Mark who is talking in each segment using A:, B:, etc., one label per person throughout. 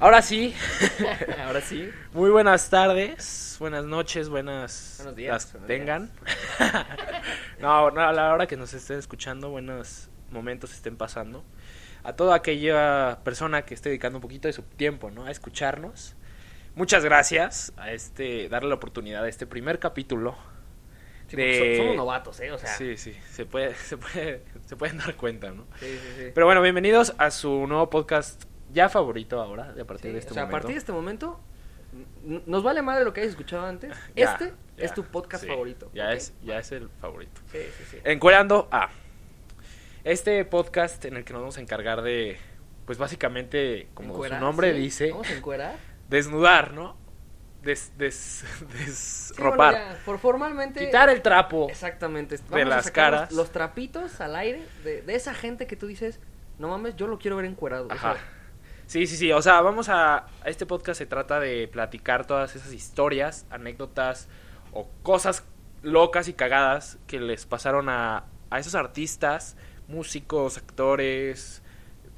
A: Ahora sí,
B: Ahora sí.
A: muy buenas tardes, buenas noches, buenas
B: Buenos días,
A: las que
B: buenos
A: tengan. no, no, a la hora que nos estén escuchando, buenos momentos estén pasando. A toda aquella persona que esté dedicando un poquito de su tiempo, ¿no? A escucharnos. Muchas gracias a este darle la oportunidad a este primer capítulo.
B: Sí,
A: de-
B: porque so- Somos novatos, ¿eh? O sea.
A: Sí, sí, se puede, se puede, se pueden dar cuenta, ¿no?
B: sí, sí, sí.
A: Pero bueno, bienvenidos a su nuevo podcast ya favorito ahora, de a partir
B: Sí,
A: de este
B: o sea,
A: momento.
B: a partir de este momento, n- nos vale madre lo que hayas escuchado antes.
A: Ah, Ya,
B: este
A: ya,
B: es tu podcast
A: sí,
B: favorito.
A: Ya,
B: ¿ok?
A: es, ya es el favorito.
B: Sí, sí, sí.
A: Encuerando a este podcast en el que nos vamos a encargar de, pues básicamente, como
B: Encuerar,
A: su nombre
B: sí.
A: dice,
B: Vamos a encuerar.
A: desnudar, ¿no? Des, des,
B: Sí, bueno,
A: desropar.
B: ya, por formalmente.
A: Quitar el trapo.
B: Exactamente.
A: de las
B: sacar los-
A: caras.
B: Los, trapitos al aire de, de esa gente que tú dices, no mames, yo lo quiero ver encuerado.
A: Ajá.
B: déjalo".
A: Sí, sí, sí. O sea, vamos a. Este podcast se trata de platicar todas esas historias, anécdotas o cosas locas y cagadas que les pasaron a, a esos artistas, músicos, actores,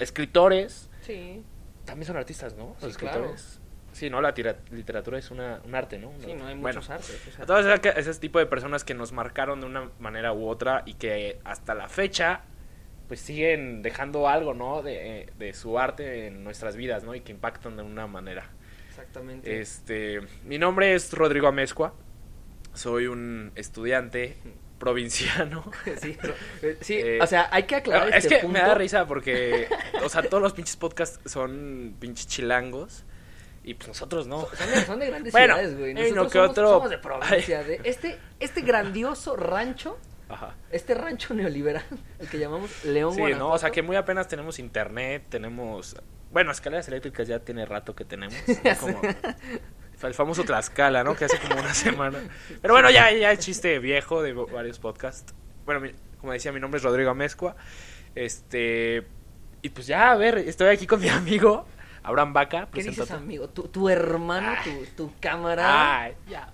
A: escritores.
B: Sí.
A: También son artistas, ¿no?
B: Sí,
A: Los escritores. Sí, ¿no? La tira- literatura es una, un arte, ¿no?
B: Sí, no hay
A: Bueno,
B: muchos artes. o sea.
A: a todas esas que- ese tipo de personas que nos marcaron de una manera u otra y que hasta la fecha pues siguen dejando algo, ¿no? De, de su arte en nuestras vidas, ¿no? Y que impactan de una manera.
B: Exactamente.
A: Este, mi nombre es Rodrigo Amezcua. Soy un estudiante provinciano.
B: Sí, pero, eh, sí,
A: Eh,
B: o sea, hay que aclarar.
A: es
B: este
A: que me
B: punto.
A: da risa porque, o sea, todos los pinches podcasts son pinches chilangos y pues nosotros no.
B: Son de, son de grandes
A: Bueno,
B: ciudades, güey.
A: hay
B: Nosotros
A: uno que
B: somos,
A: otro-
B: somos de provincia. De este, este grandioso rancho,
A: Ajá.
B: este rancho neoliberal, el que llamamos León
A: Sí,
B: Guanajuato.
A: ¿no? O sea, que muy apenas tenemos internet, tenemos... Bueno, escaleras eléctricas ya tiene rato que tenemos. Como... o sea, el famoso Tlaxcala, ¿no? Que hace como una semana. Pero bueno, ya, ya el chiste viejo de varios podcasts. Bueno, mi- como decía, mi nombre es Rodrigo Amezcua. Este... Y pues ya, a ver, estoy aquí con mi amigo Abraham Vaca.
B: ¿Qué dices,
A: preséntate.
B: amigo? Tu, tu hermano, tu, tu camarada.
A: Ay, ya.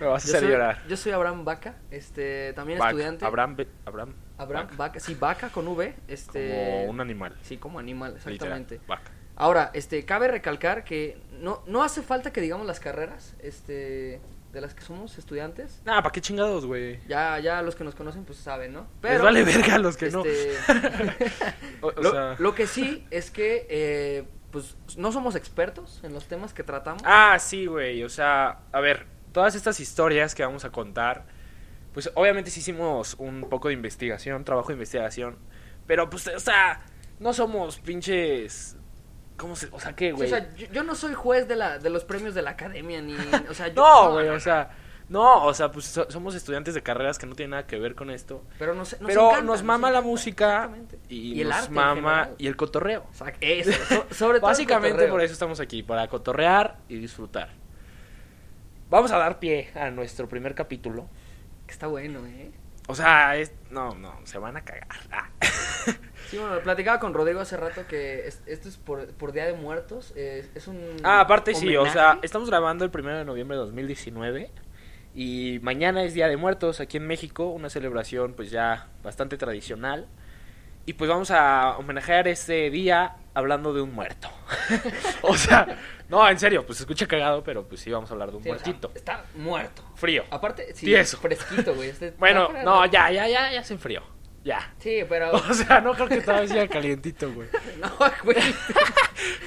A: Me vas a
B: Yo
A: hacer
B: soy,
A: llorar.
B: yo soy Abraham Vaca, este, también
A: Vaca,
B: estudiante.
A: Abraham, Be- Abraham,
B: Abraham
A: Vaca,
B: Vaca, sí, Vaca con V. Este,
A: Como un animal.
B: Sí, como animal,
A: literal,
B: exactamente.
A: Vaca.
B: Ahora, este, cabe recalcar que no, no hace falta que digamos las carreras este, de las que somos estudiantes.
A: Nah, ¿para qué chingados, güey?
B: Ya, ya los que nos conocen pues saben, ¿no?
A: Les vale verga a los que no.
B: este,
A: O- o
B: lo,
A: sea-
B: lo que sí es que eh, pues no somos expertos en los temas que tratamos.
A: Ah, sí, güey. O sea, a ver, todas estas historias que vamos a contar, pues obviamente sí hicimos un poco de investigación, trabajo de investigación. Pero pues, o sea, no somos pinches. ¿Cómo se.? O sea, ¿qué,
B: Sí, o
A: güey?
B: sea, yo, yo no soy juez de la de los premios de la academia ni, o sea, yo-
A: no, güey, o sea. No, o sea, pues so- somos estudiantes de carreras que no tienen nada que ver con esto.
B: pero nos, nos
A: pero
B: encanta,
A: nos mama la
B: encanta,
A: música
B: exactamente.
A: y,
B: Y el
A: nos
B: arte en
A: mama
B: general.
A: y el cotorreo.
B: O sea, eso, so- sobre todo el
A: Básicamente
B: cotorreo.
A: por eso estamos aquí, para cotorrear y disfrutar. Vamos a dar pie a nuestro primer capítulo.
B: Que está bueno, ¿eh?
A: O sea, es... no, no, se van a cagar. Ah.
B: Sí, bueno, platicaba con Rodrigo hace rato que es- esto es por, por Día de Muertos. eh, es un.
A: Ah, aparte sí, o sea,
B: homenaje.
A: estamos grabando el 1 de noviembre de 2019 y mañana es Día de Muertos aquí en México, una celebración pues ya bastante tradicional. Y pues vamos a homenajear ese día hablando de un muerto. o sea, no, en serio, pues se escucha cagado, pero pues sí vamos a hablar de un
B: Sí, o sea,
A: muertito.
B: está muerto.
A: Frío.
B: Aparte, sí,
A: Tieso.
B: fresquito, güey. este-
A: Bueno,
B: para-
A: no, ya, ya, ya, ya se enfrió. Ya.
B: Sí, pero.
A: O sea, no creo que todavía sea calientito, güey.
B: No, güey.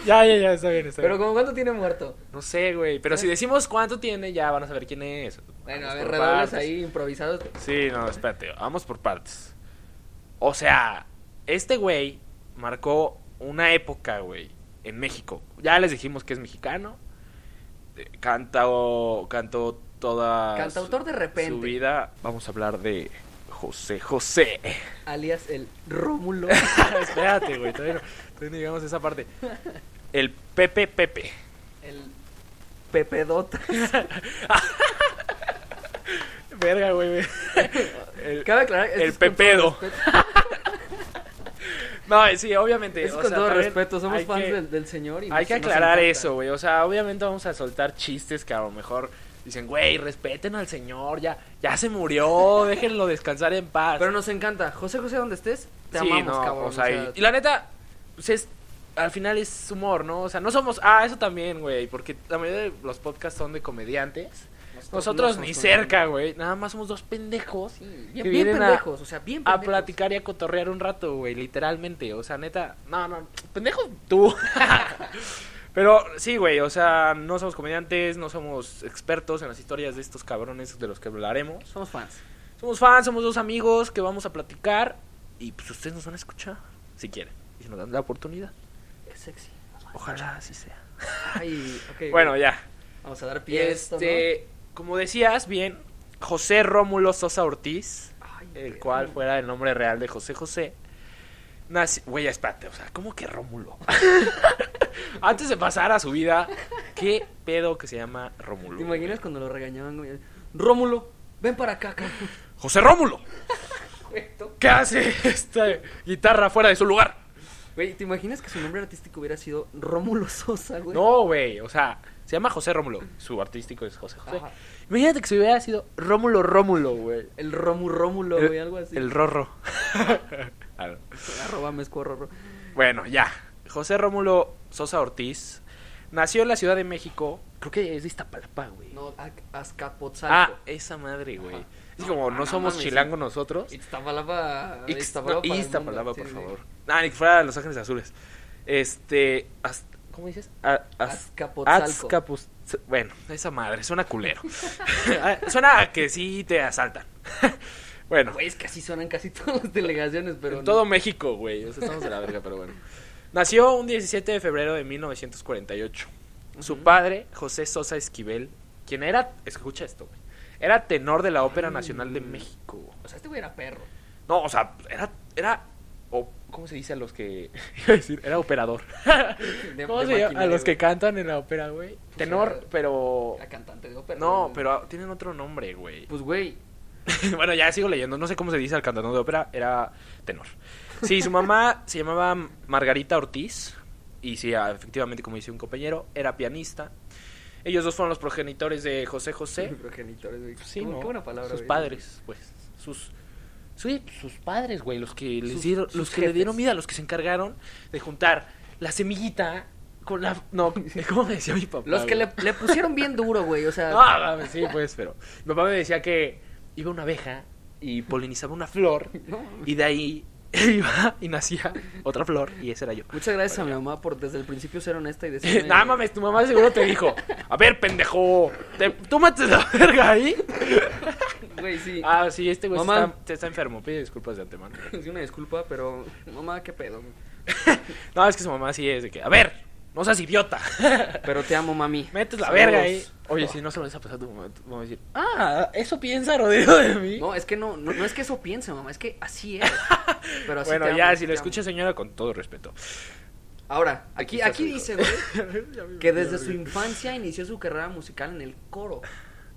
A: Ya, ya, ya, está bien, está
B: Pero
A: bien.
B: como cuánto tiene muerto.
A: No sé, güey. Pero si decimos cuánto tiene, ya van a saber quién es.
B: Bueno,
A: Vamos
B: a ver,
A: por
B: redobles
A: partes.
B: ahí improvisados.
A: Sí, no, espérate. Vamos por partes. O sea, este güey marcó una época, güey, en México. Ya les dijimos que es mexicano. Eh, Canta o cantó toda
B: Cantautor de repente.
A: Ah, su vida. Vamos a hablar de José José.
B: Alias el Rómulo.
A: Espérate, güey, todavía no, todavía no llegamos a esa parte. El Pepe Pepe.
B: el Pepe Dota.
A: Verga, güey. güey. El-
B: Cabe aclarar. esto
A: El
B: es con
A: Pepedo.
B: todo respeto,
A: no, sí, obviamente.
B: esto
A: o
B: es con
A: sea,
B: todo
A: también
B: respeto. Somos
A: hay
B: fans
A: que-
B: del, del señor. Y
A: Hay que
B: nos- nos
A: aclarar
B: encanta.
A: eso, güey. O sea, obviamente vamos a soltar chistes que a lo mejor dicen, güey, respeten al señor, ya, ya se murió, déjenlo descansar en paz.
B: Pero nos encanta. José José, donde estés, te
A: Sí,
B: amamos,
A: no,
B: cabrón.
A: o sea, y,
B: o
A: y
B: sea,
A: la neta, pues es- al final es humor, ¿no? O sea, no somos. Ah, eso también, güey. Porque la mayoría de los podcasts son de comediantes. Nosotros
B: Pues, no
A: ni
B: somos
A: cerca, güey. Nada más somos dos pendejos que
B: Sí, bien, bien
A: vienen a-
B: pendejos, o sea, bien
A: a
B: pendejos.
A: platicar y a cotorrear un rato, güey. Literalmente. O sea, neta. No, no. Pendejo tú. Pero sí, güey. O sea, no somos comediantes. No somos expertos en las historias de estos cabrones de los que hablaremos.
B: Somos fans.
A: Somos fans, somos dos amigos que vamos a platicar. Y pues ustedes nos van a escuchar. Si quieren. Y si nos dan la oportunidad.
B: Es sexy.
A: Ojalá así sea.
B: Ay, ok,
A: Bueno,
B: güey.
A: ya.
B: Vamos a dar pie a esto,
A: Este, como decías, bien, José Rómulo Sosa Ortiz,
B: ¿no? Ay,
A: el
B: qué-
A: cual fuera el nombre real de José José. Nació, güey, espérate, o sea, ¿cómo que Rómulo? Antes de pasar a su vida, ¿qué pedo que se llama Rómulo?
B: ¿Te imaginas cuando lo regañaban, güey? Rómulo, ven para acá, cabrón.
A: José Rómulo,
B: Güey, tú-
A: ¿qué hace esta guitarra fuera de su lugar?
B: Güey, ¿te imaginas que su nombre artístico hubiera sido Rómulo Sosa, güey?
A: No, güey, o sea, se llama José Rómulo, su artístico es José José.
B: Ajá.
A: Imagínate que se hubiera sido Rómulo Rómulo, güey.
B: El Romu Rómulo,
A: El-
B: güey, algo así.
A: El Rorro. Ah, no.
B: Arroba mezcua Rorro.
A: Bueno, ya. José Rómulo Sosa Ortiz nació en la Ciudad de México. Creo que es de Iztapalapa, güey.
B: No, Ac-
A: ah,
B: Azcapotzalco.
A: esa madre, güey.
B: Ajá.
A: Es como
B: No,
A: no,
B: no
A: somos
B: mames,
A: chilangos nosotros.
B: Iztapalapa.
A: Ix-
B: Iztapalapa,
A: no,
B: para el
A: Iztapalapa,
B: mundo,
A: por
B: sí, sí.
A: favor. Ah, ni que fuera Los Ángeles Azules. Este. az- ¿Cómo dices? A- az-
B: Azcapotzalco.
A: Azcapuz- Bueno, esa madre, suena culero. Ah, suena a que sí te asaltan. bueno.
B: Güey, es que así suenan casi todas las delegaciones, pero.
A: en
B: no.
A: todo México, güey. O sea, estamos de la verga, pero bueno. Nació un 17 de febrero de 1948. Su
B: Ujú.
A: padre, José Sosa Esquivel, quien era, escucha esto, güey, era tenor de la Ópera
B: Mm.
A: Nacional de México.
B: O sea, este güey era perro.
A: No, o sea, era, era, o- ¿cómo se dice a los que, iba a decir, era operador.
B: De-
A: ¿Cómo
B: de
A: se llama? A
B: maquinaria,
A: los que
B: güey. Pues
A: cantan en la ópera, güey. Tenor,
B: era-
A: pero,
B: Era cantante de ópera.
A: no,
B: güey.
A: pero ah, tienen otro nombre, güey.
B: Pues, güey.
A: bueno, ya sigo leyendo. No sé cómo se dice al cantante de ópera. Era tenor. Sí, su mamá se llamaba Margarita Ortiz. Y sí, ah, efectivamente, como dice un compañero, era pianista. Ellos dos fueron los progenitores de José José.
B: Progenitores, güey.
A: Sí,
B: Qué bu-
A: ¿no?
B: Qué buena palabra,
A: Sus
B: güey.
A: padres, pues. Sus. Sí, sus padres, güey, los que, les
B: Sus-
A: dieron,
B: sus
A: los que le
B: jefes.
A: dieron vida, los que se encargaron de juntar la semillita con la... No, ¿cómo me decía mi papá?
B: Los que
A: güey?
B: le, le pusieron bien duro, güey. O sea,
A: Ah, mames, sí, pues, pero. Mi papá me decía que iba una abeja y polinizaba una flor
B: No.
A: y de ahí iba y nacía otra flor y ese era yo.
B: Muchas gracias a mi mamá por desde el principio ser honesta y decirme...
A: Nada mames, tu mamá seguro te dijo, a ver, pendejo, te, tómate la verga ahí.
B: Güey, sí.
A: Ah, sí, este güey
B: Mamá.
A: está, te está enfermo, pide disculpas de antemano.
B: Sí, una disculpa, pero... Mamá, qué pedo. güey.
A: No, es que su mamá sí es de que, a ver, no seas idiota.
B: Pero te amo, mami.
A: Metes la
B: Saludos.
A: verga ahí. Oye, si no se lo vas a pasar a tu mamá, tu mamá va a decir, ah, eso piensa Rodrigo de mí.
B: No, es que no, no, no es que eso piense, mamá. Es que así es. Pero así
A: bueno,
B: te amo,
A: ya, si
B: así te
A: lo
B: amo.
A: escucha señora, con todo respeto.
B: Ahora, aquí,
A: está su
B: aquí
A: hijo.
B: dice, güey, que desde su infancia inició su carrera musical en el coro.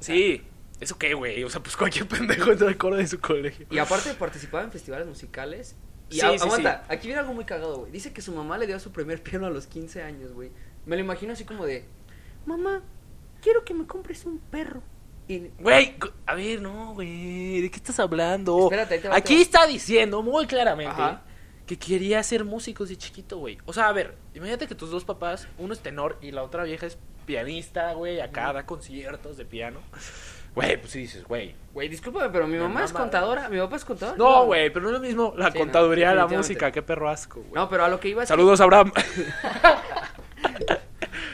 A: Sí, ¿eso qué, güey? O sea, pues cualquier pendejo entra al coro de su colegio.
B: Y aparte participaba en festivales musicales. Y
A: Sí,
B: a-
A: sí, sí.
B: aguanta, aquí viene algo muy cagado, güey. Dice que su mamá le dio su primer piano a los 15 años, güey. Me lo imagino así como de, mamá, quiero que me compres un perro. Y
A: Güey, cu- a ver, no, güey, ¿de qué estás hablando?
B: Espérate, ahí te va, ahí te
A: Aquí
B: va.
A: está diciendo muy claramente
B: Ajá.
A: que quería ser músico de chiquito, güey. O sea, a ver, imagínate que tus dos papás, uno es tenor y la otra vieja es pianista, güey, acá da conciertos de piano. Güey, pues sí dices, güey.
B: Güey, discúlpame, pero mi
A: Mi
B: mamá es
A: mamá-
B: contadora, mi papá es contador.
A: No, güey, pero no es lo mismo la
B: Sí, no,
A: contaduría de la
B: definitivamente.
A: música, qué perro asco, güey.
B: No, pues pero a lo que iba es que-
A: Saludos, Abraham.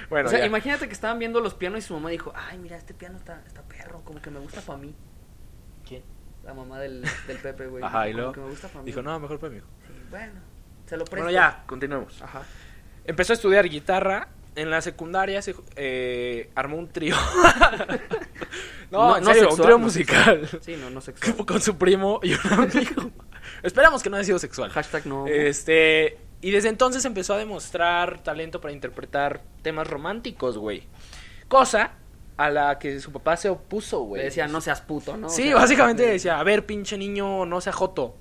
A: bueno,
B: o sea,
A: ya.
B: imagínate que estaban viendo los pianos y su mamá dijo, ay, mira, este piano está, está perro, como que me gusta para mí.
A: ¿Quién?
B: La mamá del, del Pepe, güey.
A: Ajá, y
B: como
A: luego
B: que me gusta pa' mí.
A: dijo, no, mejor para mí.
B: Sí, bueno, se lo presto.
A: Bueno, ya, continuemos.
B: Ajá.
A: Empezó a estudiar guitarra. En la secundaria se eh, armó un trío. no,
B: No-
A: en serio,
B: no
A: un
B: sexual,
A: trío
B: no
A: musical.
B: Sí, no, no sexual.
A: Con su primo y un amigo. Esperamos que no haya sido sexual.
B: Hashtag no.
A: Este. Y desde entonces empezó a demostrar talento para interpretar temas románticos, güey. Cosa a la que su papá se opuso, güey.
B: Le decía, no seas puto, ¿no? O
A: Sí,
B: sea,
A: básicamente
B: de-
A: decía, a ver, pinche niño, no sea joto.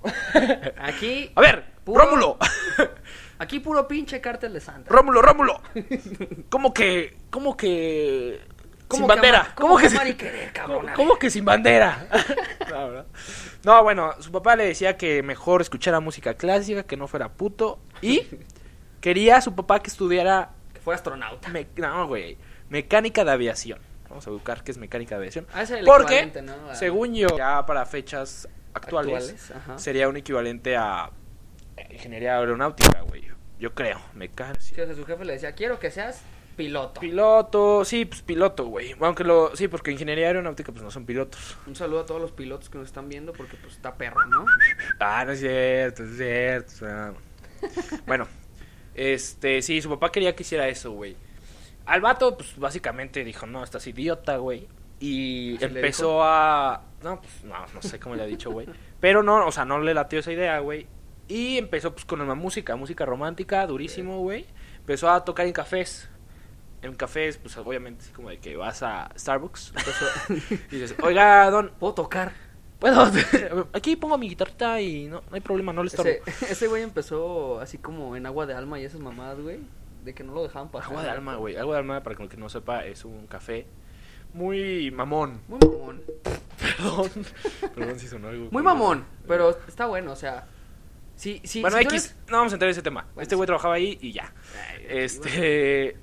B: Aquí,
A: A ver,
B: Puro-
A: Rómulo.
B: aquí puro pinche cártel de Santa.
A: Rómulo, Rómulo. ¿Cómo que, cómo que,
B: ¿Cómo
A: sin
B: que
A: bandera?
B: amar- cómo que
A: sin-
B: amar y querer, cabrón?
A: ¿Cómo-
B: A
A: cómo
B: ver.
A: que sin bandera? No, ¿verdad? no, bueno, su papá le decía que mejor escuchara música clásica, que no fuera puto y Quería a su papá que estudiara.
B: Que fuera astronauta.
A: me- no, güey. Mecánica de aviación. Vamos a buscar qué es mecánica de aviación.
B: Ah, ese era el
A: Porque,
B: equivalente, ¿no? A-
A: según yo, ya para fechas actuales,
B: ajá.
A: sería un equivalente a ingeniería aeronáutica, güey. Yo creo, mecánica.
B: Sí, o sea, su jefe le decía, quiero que seas piloto.
A: Piloto, sí, pues piloto, güey. Aunque lo. Sí, porque ingeniería aeronáutica, pues no son pilotos.
B: Un saludo a todos los pilotos que nos están viendo porque pues está perro, ¿no?
A: Ah, no es cierto, es cierto. o sea. Bueno, este, sí, su papá quería que hiciera eso, güey. Al vato, pues básicamente dijo, no, estás idiota, güey. Y
B: ¿Así le
A: empezó a. No, pues no, no sé cómo le ha dicho, güey. Pero no, o sea, no le latió esa idea, güey. Y empezó, pues con la música, música romántica, durísimo, güey. Empezó a tocar en cafés. En cafés, pues obviamente, así como de que vas a Starbucks. y dices, oiga, don,
B: Puedo tocar.
A: bueno, aquí pongo mi guitarrita y no, no hay problema, no le estorbo.
B: Ese, ese güey empezó así como en agua de alma y esas mamadas, güey. De que no lo dejaban pasar.
A: Agua de alma, güey. Agua de alma, para que el que no sepa, es un café muy mamón.
B: Muy mamón.
A: Perdón. Perdón si sonó algo.
B: Muy
A: culero.
B: mamón, pero está bueno, o sea. Sí, sí,
A: Bueno,
B: si tú
A: X,
B: eres-
A: no vamos a entrar en ese tema.
B: Bueno,
A: este
B: sí.
A: güey trabajaba ahí y ya.
B: Ay, igual.
A: Este.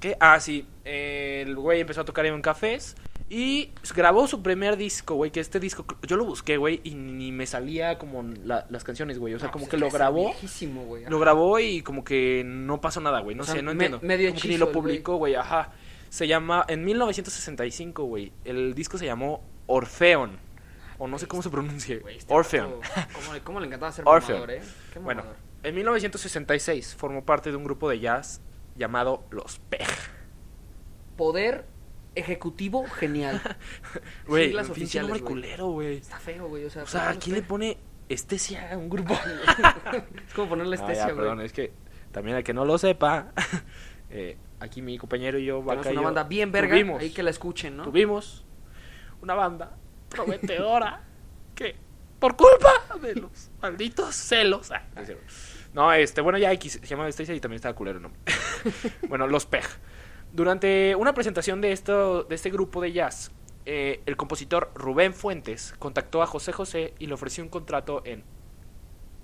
A: ¿Qué? Ah, sí. El güey empezó a tocar en cafés. Y grabó su primer disco, güey. Que este disco, yo lo busqué, güey. Y ni me salía como la- las canciones, güey. O sea,
B: No,
A: como
B: pues
A: que
B: es
A: lo
B: está
A: grabó.
B: viejísimo, güey, ah,
A: Lo
B: ajá.
A: grabó y como que no pasó nada, güey. No
B: O sea,
A: sé, no
B: me-
A: entiendo.
B: medio
A: Como que ni
B: hechizo
A: lo
B: el güey.
A: publicó, güey. Ajá. Se llama. En 1965, güey. El disco se llamó Orfeón. O no sé cómo se pronuncia.
B: Güey, este
A: Orfeón.
B: vato, ¿Cómo, le- cómo le encantaba ser
A: Orfeón.
B: mamador, eh? Qué
A: Bueno,
B: mamador.
A: en 1966 formó parte de un grupo de jazz llamado Los Pej.
B: Poder ejecutivo genial.
A: Güey,
B: Siglas
A: pinche nombre
B: oficiales, güey.
A: culero, güey.
B: Está feo, güey, o sea.
A: O sea,
B: ¿por qué
A: ¿quién le
B: los
A: pone estesia a un grupo?
B: pe- Es como ponerle
A: Ah, ya,
B: estesia,
A: perdón,
B: güey.
A: es que también al que no lo sepa, eh, aquí mi compañero y yo,
B: Tenemos
A: Vaca y
B: una
A: yo,
B: banda bien verga,
A: tuvimos-
B: ahí que la escuchen, ¿no?
A: tuvimos una banda prometedora que por culpa de los malditos celos. ah, no es cierto. no, este, bueno, ya X se llamaba Stacy y también estaba culero el nombre. bueno, los Pej. Durante una presentación de, esto, de este grupo de jazz, eh, el compositor Rubén Fuentes contactó a José José y le ofreció un contrato en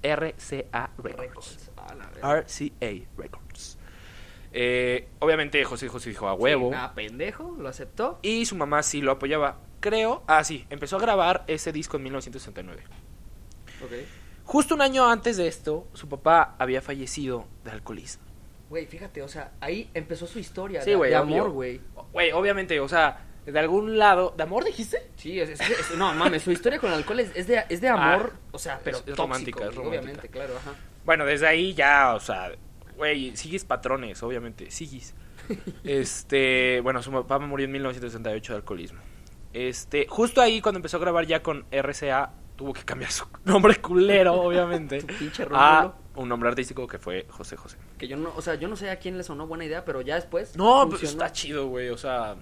A: RCA Records.
B: Records, a la verga.
A: RCA Records. Eh, obviamente José José dijo a huevo.
B: Sí, nada, pendejo, lo aceptó.
A: Y su mamá sí lo apoyaba. Creo, ah, sí, empezó a grabar ese disco en 1969.
B: Ok.
A: Justo un año antes de esto, su papá había fallecido de alcoholismo.
B: Güey, fíjate, o sea, ahí empezó su historia
A: Sí,
B: de,
A: güey,
B: de
A: obvio.
B: amor, güey.
A: Güey, obviamente, o sea, de algún lado. ¿De amor dijiste?
B: Sí, es, es- es- no, mames, su historia con el alcohol es, es de, es de
A: Ah,
B: amor, o sea, pero
A: es- es
B: tóxico,
A: romántica, es
B: güey,
A: romántica.
B: Obviamente, claro, ajá.
A: Bueno, desde ahí ya, o sea, güey, sigues patrones, obviamente, sigues. Este, bueno, su papá murió en 1968 de alcoholismo. Este, justo ahí cuando empezó a grabar ya con RCA, tuvo que cambiar su nombre culero, obviamente,
B: Tu pinche
A: a
B: Rómulo,
A: un nombre artístico que fue José José.
B: que yo no, o sea, yo no sé a quién le sonó buena idea, pero ya después
A: No, pues
B: funcionó.
A: está chido, güey, o sea,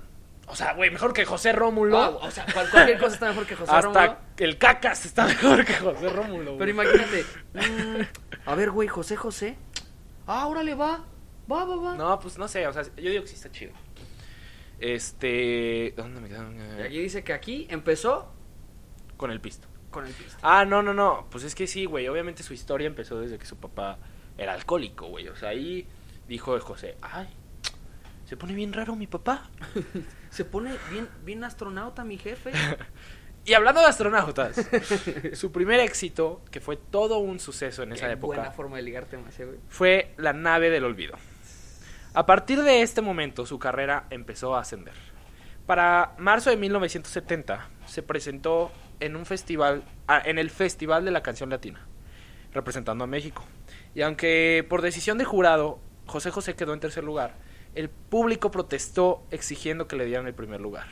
A: o sea, güey, mejor que José Rómulo.
B: Ah, o sea, cual- cualquier cosa está mejor que José
A: hasta
B: Rómulo.
A: el cacas está mejor que José Rómulo. güey.
B: Pero imagínate, mm, a ver, güey, José José. Ah, órale, va. Va, va, va.
A: No, pues no sé, o sea, yo digo que sí está chido. Este, ¿dónde me quedo?
B: Y aquí dice que aquí empezó
A: Con el pisto.
B: con el pisto.
A: Ah, no, no, no. Pues es que sí, güey. Obviamente su historia empezó desde que su papá era alcohólico, güey. O sea, ahí dijo José, ay, se pone bien raro mi papá.
B: Se pone bien, bien astronauta mi jefe.
A: Y hablando de astronautas, su primer éxito, que fue todo un suceso en esa
B: Qué
A: época,
B: Buena forma de ligarte más, eh, güey.
A: fue la nave del olvido. A partir de este momento su carrera empezó a ascender. Para marzo de 1970 se presentó en un festival, ah, en el Festival de la Canción Latina, representando a México. Y aunque por decisión de jurado José José quedó en tercer lugar, el público protestó exigiendo que le dieran el primer lugar.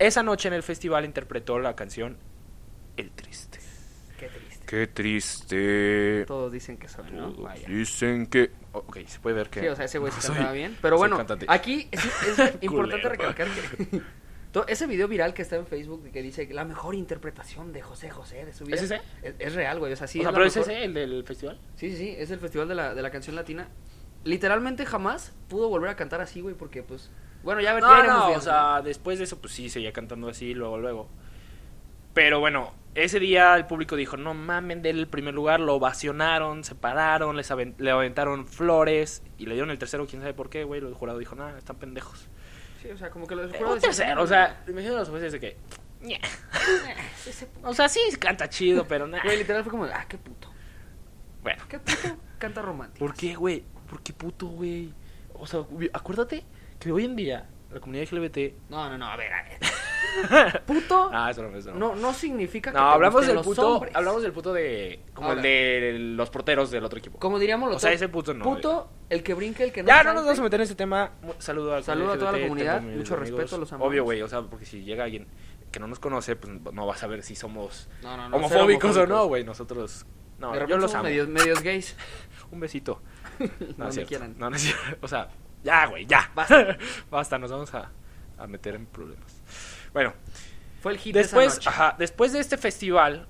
A: Esa noche en el festival interpretó la canción El Triste.
B: Qué triste.
C: Qué triste.
B: Todos dicen que soy, ¿no?
C: Todos
B: Vaya.
C: Dicen que.
A: O- Ok, se puede ver que...
B: Sí, o sea, ese güey se
A: soy-
B: cantaba bien. Pero
A: soy
B: bueno,
A: cantante.
B: aquí es, es importante
A: Culero.
B: recalcar que to- ese video viral que está en Facebook que dice la mejor interpretación de José José de su vida.
A: ¿Es ese?
B: Es, es real, güey. O sea, sí.
A: o
B: es
A: sea,
B: la
A: pero es
B: mejor-
A: ese el del festival.
B: Sí, sí, sí. Es el festival de la, de la canción latina. Literalmente jamás pudo volver a cantar así, güey, porque pues. Bueno, ya, ver- ya
A: No,
B: veremos
A: no,
B: bien,
A: o sea, después de eso, pues sí, seguía cantando así, luego, luego. Pero bueno, ese día el público dijo, no mamen, del primer lugar, lo ovacionaron, se pararon, les aven- le aventaron flores y le dieron el tercero, quién sabe por qué, güey, el jurado dijo, nada, están pendejos.
B: Sí, o sea, como que los
A: Eh, un
B: jurados...
A: tercero, o sea, imagínate los jueces de que... "Ñe". o sea, sí canta chido, pero nada.
B: Güey, literal fue como, ah, qué puto.
A: Bueno,
B: Qué puto canta romántico.
A: ¿por qué, güey? ¿Por qué puto, güey? O sea, güey, acuérdate que hoy en día la comunidad LGBT...
B: No, no, no, a ver, a ver. Puto
A: Ah, eso no, eso no.
B: no, no significa que
A: No,
B: te
A: hablamos
B: gusten
A: del
B: los
A: puto,
B: hombres.
A: hablamos del puto de... Como
B: Ahora.
A: el de los porteros del otro equipo.
B: Como diríamos los
A: O sea,
B: top,
A: ese puto no,
B: Puto, el que brinca, el que no
A: ya, no nos
B: salte.
A: vamos a meter en ese tema. Mu- Saludo a,
B: Saludo a toda la comunidad, mucho respeto, los amamos.
A: Obvio, güey, o sea, porque si llega alguien que no nos conoce, pues no va a saber si somos
B: No, no, no,
A: homofóbicos
B: ser
A: o no, güey. Nosotros, no,
B: De repente
A: yo los
B: pues somos
A: amo.
B: Medios, medios gays.
A: Un besito.
B: No
A: No,
B: me
A: es cierto.
B: quieran.
A: No, no es cierto. O sea, ya, güey, ya.
B: Basta.
A: Basta. Basta, nos vamos a, a meter en problemas. Bueno,
B: Fue el hit
A: después,
B: de esa noche.
A: ajá, después de este festival,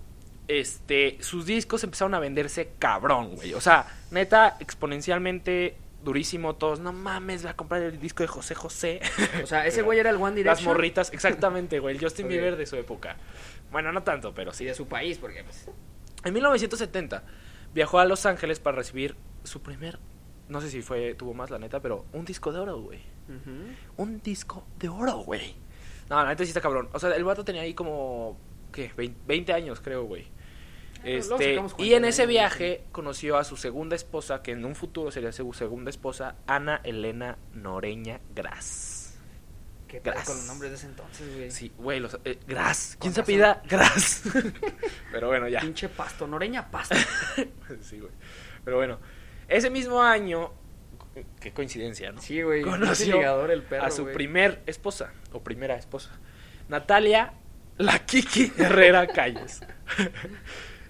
A: este, sus discos empezaron a venderse cabrón, güey. O sea, neta, exponencialmente durísimo. Todos, no mames, voy a comprar el disco de José José.
B: O sea, ese güey era el One
A: Las
B: Direction.
A: morritas, exactamente, güey. El Justin
B: Ok.
A: Bieber de su época. Bueno, no tanto, pero
B: Sí,
A: sí.
B: de su país, porque pues...
A: En 1970 viajó a Los Ángeles para recibir su primer, no sé si fue tuvo más la neta, pero un disco de oro, güey.
B: ujú.
A: Un disco de oro, güey. No, la neta sí está cabrón. O sea, el vato tenía ahí como qué, 20, 20 años, creo, güey.
B: Ah, luego
A: Este,
B: sacamos
A: y
B: cuenta,
A: en
B: ¿no?
A: ese viaje conoció a su segunda esposa, que en un futuro sería su segunda esposa, Ana Elena Noreña Gras.
B: Qué pedo
A: Gras.
B: con los nombres de ese entonces, güey.
A: Sí, güey, los, eh, Gras. ¿Quién
B: Con
A: se
B: razón.
A: apellida Gras? Pero bueno, ya.
B: Pinche pasto, noreña pasto.
A: Sí, güey. Pero bueno, ese mismo año, qué coincidencia, ¿no?
B: Sí, güey.
A: Conoció
B: pinche ligador el perro,
A: a su
B: güey.
A: primer esposa, o primera esposa, Natalia La Kiki Herrera Calles,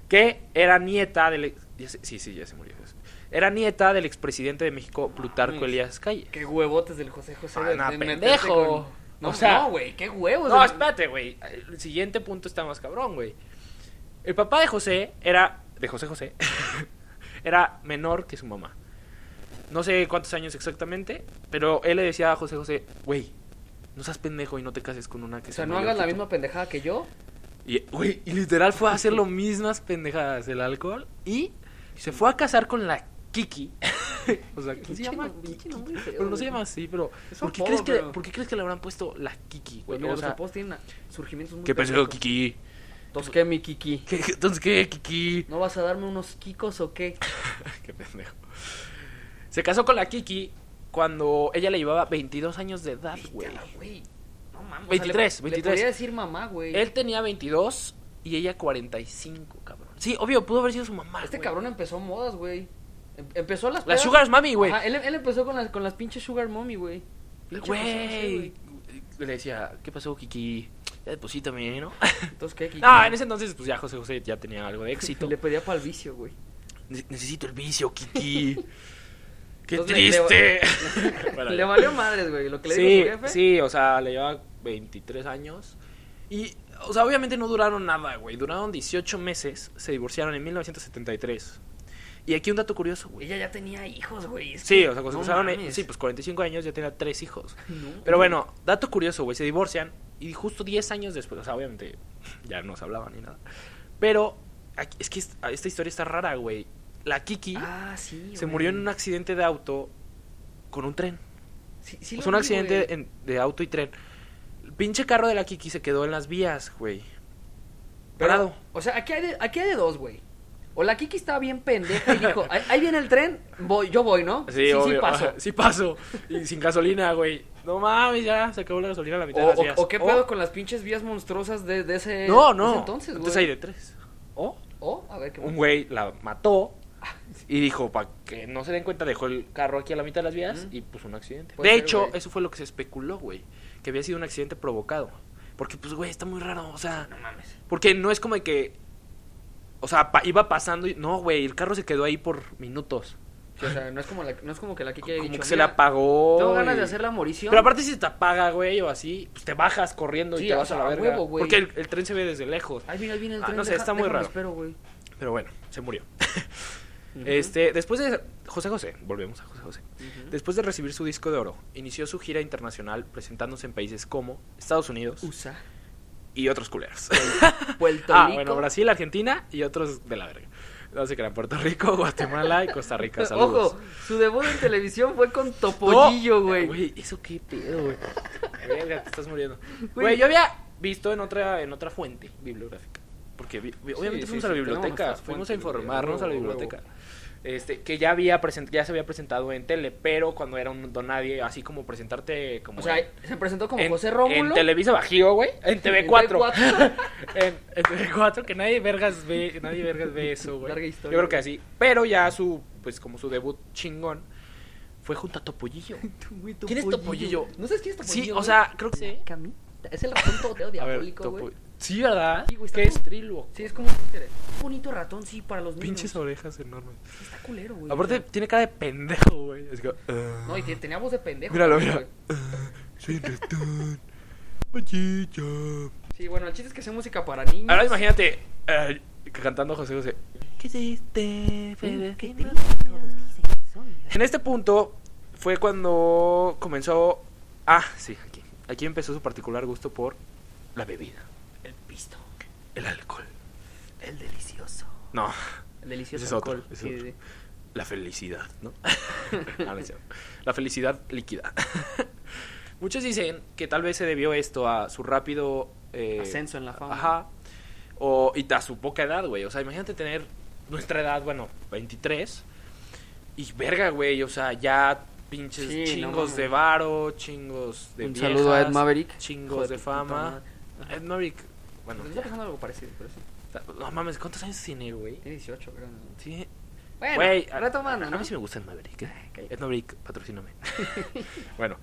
A: que era nieta del... ex- ya se- Sí, sí, ya se murió. pues. Era nieta del expresidente de México, Plutarco
B: mames.
A: Elías Calles.
B: Qué huevotes del José José.
A: Ah,
B: de-
A: no,
B: de meterse
A: pendejo.
B: con- No,
A: O sea-
B: no, güey, qué huevos.
A: No,
B: de-
A: espérate, güey. El siguiente punto está más cabrón, güey. El papá de José era. De José José. era menor que su mamá. No sé cuántos años exactamente, pero él le decía a José José, güey, no seas pendejo y no te cases con una que
B: O sea,
A: sea
B: no
A: mayor
B: hagas la
A: que tú".
B: misma pendejada que yo.
A: Y, güey, y literal fue a hacer lo mismas pendejadas del alcohol y se fue a casar con la Kiki. o sea, ¿quién se
B: Pinche
A: llama?
B: nom- pinche
A: Kiki?
B: nombre feo,
A: Pero no se
B: güey.
A: llama así, pero.
B: Es
A: ¿por qué,
B: apodo,
A: crees que,
B: pero-
A: ¿Por qué crees que le habrán puesto la Kiki, güey?
B: Güey, Pues mira,
A: O
B: los
A: sea,
B: apodos tienen surgimientos muy
A: ¿Qué
B: pendejos.
A: pensó Kiki?
B: Entonces, ¿qué, mi Kiki?
A: ¿Qué- qué- Entonces, ¿qué, Kiki?
B: ¿No vas a darme unos kikos o qué?
A: Qué pendejo. Se casó con la Kiki cuando ella le llevaba 22 años de edad, güey.
B: Vétala, güey. No mames.
A: 23,
B: o sea, le- Le
A: 23.
B: podría decir mamá, güey.
A: Él tenía 22 y ella 45, cabrón. Sí, obvio, pudo haber sido su mamá.
B: Este
A: ah, güey.
B: cabrón empezó modas, güey. Em- Empezó las
A: La
B: pedas-
A: Sugar's Mami, güey.
B: Ajá, él, em, él empezó con las, con las pinches Sugar Mommy, güey. Pinche José José,
A: Güey.
B: güey.
A: Le decía, ¿qué pasó, Kiki? Ya deposítame, ¿no?
B: Entonces, ¿qué? Kiki?
A: Ah, en ese entonces, pues ya José José ya tenía algo de éxito.
B: Le pedía pa'l vicio, güey.
A: Ne- Necesito el vicio, Kiki. ¡Qué
B: Entonces, le-
A: triste! Bueno,
B: Le
A: ya.
B: valió madres, güey. Lo que le
A: Sí,
B: dijo su jefe.
A: sí, o sea, le llevaba 23 años. Y, o sea, obviamente no duraron nada, güey. Duraron 18 meses. Se divorciaron en 1973. Y aquí un dato curioso, güey.
B: Ella ya tenía hijos, güey. es
A: Sí,
B: que
A: o sea, cuando
B: no
A: se casaron, eh,
B: mames.
A: sí, pues 45 años ya tenía tres hijos.
B: No,
A: Pero bueno, dato curioso, güey. Se divorcian y justo 10 años después, o sea, obviamente ya no se hablaban ni nada. Pero aquí- es que esta esta historia está rara, güey. La Kiki
B: Ah, sí.
A: se
B: güey.
A: murió en un accidente de auto con un tren.
B: Sí, sí
A: O
B: lo
A: sea, un
B: vi,
A: accidente
B: güey.
A: en- de auto y tren. El pinche carro de la Kiki se quedó en las vías, güey.
B: Pero,
A: Parado.
B: O sea, aquí hay de, aquí hay de dos, güey. O la Kiki estaba bien pendeja y dijo, ahí, ahí viene el tren, voy, yo voy, ¿no? sí, sí,
A: obvio.
B: paso.
A: Sí pasó. Y sin gasolina, güey. No mames, ya se acabó la gasolina a la mitad
B: O,
A: de las
B: o-
A: vías.
B: o qué pedo con las pinches vías monstruosas de, de ese
A: Oh. No,
B: de
A: no.
B: ese
A: entonces,
B: entonces, güey.
A: hay de tres. O
B: O, a ver qué
A: un güey la mató y dijo, para que no se den cuenta, dejó el carro aquí a la mitad de las vías
B: Ujú.
A: y puso un accidente.
B: Puede
A: de
B: ser,
A: hecho,
B: güey.
A: eso fue lo que se especuló, güey. Que había sido un accidente provocado. Porque, pues, güey, está muy raro. O sea,
B: No mames.
A: Porque no es como de que. O sea, pa- iba pasando y. No, güey, el carro se quedó ahí por minutos.
B: Sí, o sea, no es como, la, no es como que la Kiki haya
A: como
B: dicho,
A: que se le
B: "Mira,
A: apagó.
B: Tengo ganas de
A: y-
B: hacer la morición.
A: Pero aparte, si te apaga, güey, o así, pues te bajas corriendo
B: Sí,
A: y te
B: o
A: vas
B: sea,
A: a la
B: a
A: verga.
B: huevo, güey.
A: Porque el, el tren se ve desde lejos.
B: Ahí viene, ahí viene el
A: Ah,
B: tren.
A: no sé,
B: deja-
A: está muy
B: déjame
A: raro.
B: espero, güey.
A: Pero bueno, se murió. Este, después de. José José, volvemos a José José.
B: Ujú.
A: Después de recibir su disco de oro, inició su gira internacional presentándose en países como Estados Unidos,
B: USA.
A: y otros culeros.
B: Puerto
A: Ah,
B: Rico.
A: bueno, Brasil, Argentina y otros de la verga. No sé qué eran Puerto Rico, Guatemala y Costa Rica. Saludos.
B: Ojo, su debut en televisión fue con Topollillo,
A: No, eh,
B: güey.
A: Güey, eso qué pedo, güey. Verga, te estás muriendo.
B: Güey.
A: Güey, yo había visto en otra, en otra fuente bibliográfica. Porque vi- vi-
B: Sí,
A: obviamente
B: sí,
A: fuimos a
B: sí,
A: la
B: tenemos
A: biblioteca,
B: nuestras
A: fuimos
B: fuentes,
A: a
B: güey, a
A: informarnos a la
B: huevo, a huevo.
A: biblioteca. Este, que ya había present- ya se había presentado en tele, pero cuando era un don nadie, así como presentarte como
B: O sea,
A: en-
B: se presentó como
A: en,
B: José Rómulo.
A: en Televisa Bajío, güey, en TV4.
B: TV4.
A: en, en TV4 que nadie vergas ve, nadie vergas ve eso, güey.
B: Larga historia,
A: Yo creo que
B: güey.
A: así, pero ya su pues como su debut chingón fue junto a Topollillo.
B: Güey,
A: ¿Quién es Topollillo?
B: ¿No sabes quién es Topollillo?
A: Sí, o
B: güey?
A: sea, creo que sí.
B: Camita. Es el ratón toteo diabólico,
A: Topo-
B: güey.
A: Sí, ¿verdad?
B: Sí, güey, está
A: Qué
B: como-
A: estriluo.
B: Sí, es como un títere. Un bonito ratón, sí, para los niños.
A: Pinches orejas enormes.
B: Está culero, güey.
A: Aparte,
B: O sea,
A: tiene cara de pendejo, güey. Así que, ah,
B: No, y que tenía voz de pendejo.
A: Míralo,
B: güey.
A: mira. Ah, Soy un ratón. Pollillo.
B: Sí, bueno, el chiste es que hacía música para niños.
A: Ahora imagínate eh, cantando José José. ¿Qué hiciste, Fede?
B: Que te dicen, todos dicen que soy.
A: En este punto fue cuando comenzó. Ah, sí, aquí. Aquí empezó su particular gusto por la bebida,
B: El pisto.
A: el alcohol.
B: El delicioso.
A: No,
B: El delicioso
A: Ese es otro,
B: alcohol.
A: ese es
B: sí,
A: otro.
B: sí, sí.
A: la felicidad, ¿no? Ah, no es cierto. la felicidad líquida. Muchos dicen que tal vez se debió esto a su rápido eh,
B: Ascenso en la fama.
A: Ajá. O, y a su poca edad, güey. O sea, imagínate tener nuestra edad, bueno, 23. Y verga, güey. O sea, ya pinches
B: Sí, no
A: chingos
B: mames.
A: de varo, chingos de
B: Un saludo a Ed
A: viejas,
B: Maverick. Hijo
A: Chingos
B: tu
A: de
B: puta
A: fama.
B: madre. Pues
A: Ed Maverick, bueno.
B: Está pasando algo parecido, pero sí.
A: ta- No mames, ¿cuántos años tiene, güey?
B: Tiene 18, creo. ¿no?
A: Sí.
B: Bueno,
A: Güey, a-
B: retomando,
A: a,
B: ¿no?
A: mí sí me gusta Ed Maverick. ¿eh?
B: Ay, Ah, cállate.
A: Ed Maverick, patrocíname. bueno,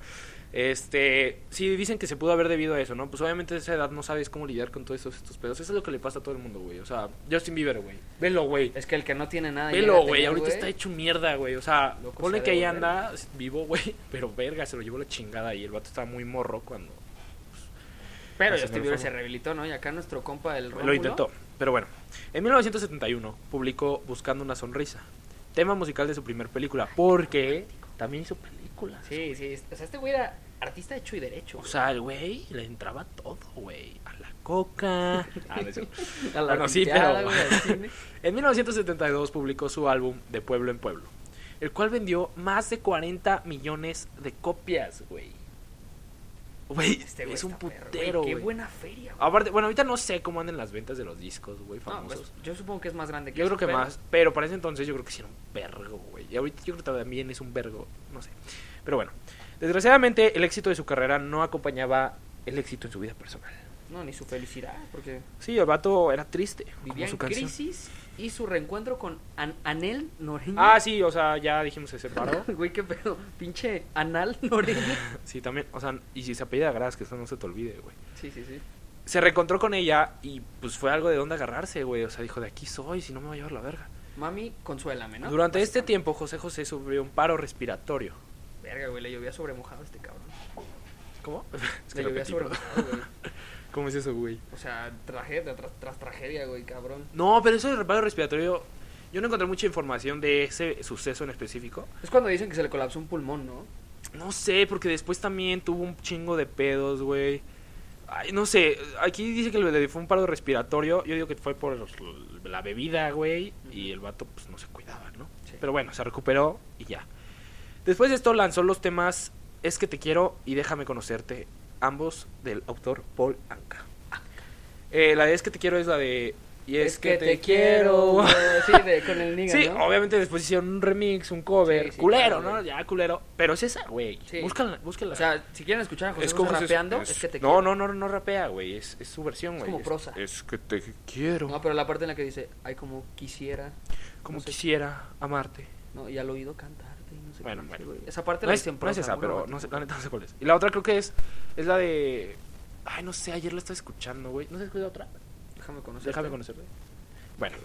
A: este, sí dicen que se pudo haber debido a eso, ¿no? Pues obviamente a esa edad no sabes cómo lidiar con todos estos, estos pedos. Eso es lo que le pasa a todo el mundo, güey. O sea, Justin Bieber, güey. Velo, güey.
B: Es que el que no tiene nada. llega a
A: Velo,
B: tener,
A: güey. Ahorita está hecho mierda, güey. O sea,
B: Loco
A: ponle
B: se
A: que ahí
B: debe volver.
A: anda vivo, güey. Pero verga, se lo llevó la chingada. Y el vato estaba muy morro cuando
B: Pero
A: Hace
B: Justin
A: muy
B: Bieber
A: famoso.
B: Ah, se rehabilitó, ¿no? Y acá nuestro compa, el Rómulo.
A: lo intentó. Pero bueno, en 1971 publicó Buscando una sonrisa, tema musical de su primer película. Porque también hizo películas.
B: Sí, sí. O sea, este güey era artista hecho y derecho.
A: O sea, el güey le entraba todo, güey. A la coca. Ah, no es cierto.
B: A la
A: bueno, sí,
B: limpiada,
A: pero-
B: güey, al cine.
A: en 1972 publicó su álbum De Pueblo en Pueblo, el cual vendió más de 40 millones de copias, güey. Güey,
B: Este güey
A: es un
B: está perro,
A: putero, güey.
B: güey.
A: Ah,
B: Qué buena feria, güey.
A: Aparte, bueno, ahorita no sé cómo andan las ventas de los discos, güey,
B: No, pues,
A: famosos.
B: yo supongo que es más grande que
A: yo creo
B: eso,
A: que
B: pero-
A: más, pero para ese entonces yo creo que sí era un vergo, güey. Y ahorita yo creo que también es un vergo, no sé. Pero bueno, desgraciadamente el éxito de su carrera no acompañaba el éxito en su vida personal.
B: No, ni su felicidad, porque
A: Sí, el vato era triste.
B: vivía
A: como su
B: en
A: canción.
B: crisis y su reencuentro con An- Anel Noreña.
A: Ah, sí, o sea, ya dijimos se separó.
B: Güey, qué pedo. Pinche Anal Noreña.
A: sí, también, o sea, y si se apellida Gras, que eso no se te olvide, güey.
B: Sí, sí, sí.
A: Se reencontró con ella y pues fue algo de dónde agarrarse, güey. O sea, dijo, de aquí soy, si no me va a llevar la verga.
B: Mami, consuélame, ¿no?
A: Durante este
B: Básicamente.
A: tiempo, José José sufrió un paro respiratorio.
B: Verga, güey, le llovía sobre mojado a este cabrón.
A: ¿Cómo? es
B: le llovía
A: repetí,
B: sobre
A: bro.
B: mojado, güey.
A: ¿Cómo es eso, güey?
B: O sea, tragedia tras, tras tragedia, güey, cabrón.
A: No, pero eso del paro respiratorio, yo no encontré mucha información de ese suceso en específico.
B: Es cuando dicen que se le colapsó un pulmón, ¿no?
A: No sé, porque después también tuvo un chingo de pedos, güey. Ay, no sé, aquí dice que le fue un paro respiratorio. Yo digo que fue por la bebida, güey. Y el vato, pues no se cuidaba, ¿no?
B: Sí.
A: Pero bueno, se recuperó y ya. Después de esto lanzó los temas Es que te quiero y Déjame conocerte, ambos del autor Paul Anka. Eh, la de Es que te quiero es la de Y Ah. es, que, te, quiero.
B: güey. Sí, de- con el nigga,
A: Sí,
B: ¿no?
A: obviamente después hicieron un remix, un cover.
B: Sí, sí,
A: culero,
B: claro,
A: ¿no?
B: güey.
A: Ya, culero. Pero es esa, güey.
B: Sí.
A: Búscala, búscala.
B: O sea, si quieren escuchar a José,
A: Es
B: José
A: como si-
B: rapeando, es,
A: es-
B: que te
A: no,
B: quiero.
A: no, no, no rapea, güey. Es, es su versión,
B: Es
A: güey.
B: como
A: Es-
B: prosa.
C: Es que te quiero.
B: No, pero la parte en la que dice, ay, como quisiera,
A: Como
B: no sé.
A: quisiera amarte.
B: ¿no? Y al oído cantarte, y no sé
A: Bueno,
B: qué dice,
A: bueno.
B: güey. Esa
A: No
B: parte la
A: es,
B: dicen
A: no es
B: prosa,
A: esa,
B: muy
A: pero
B: romántica.
A: no sé, la neta no sé cuál es. Y la otra creo que es. Es la de. Ay, no sé, ayer la estaba escuchando, güey. ¿No sé cuál es la otra?
B: Déjame conocer.
A: Déjame conocerla. Bueno,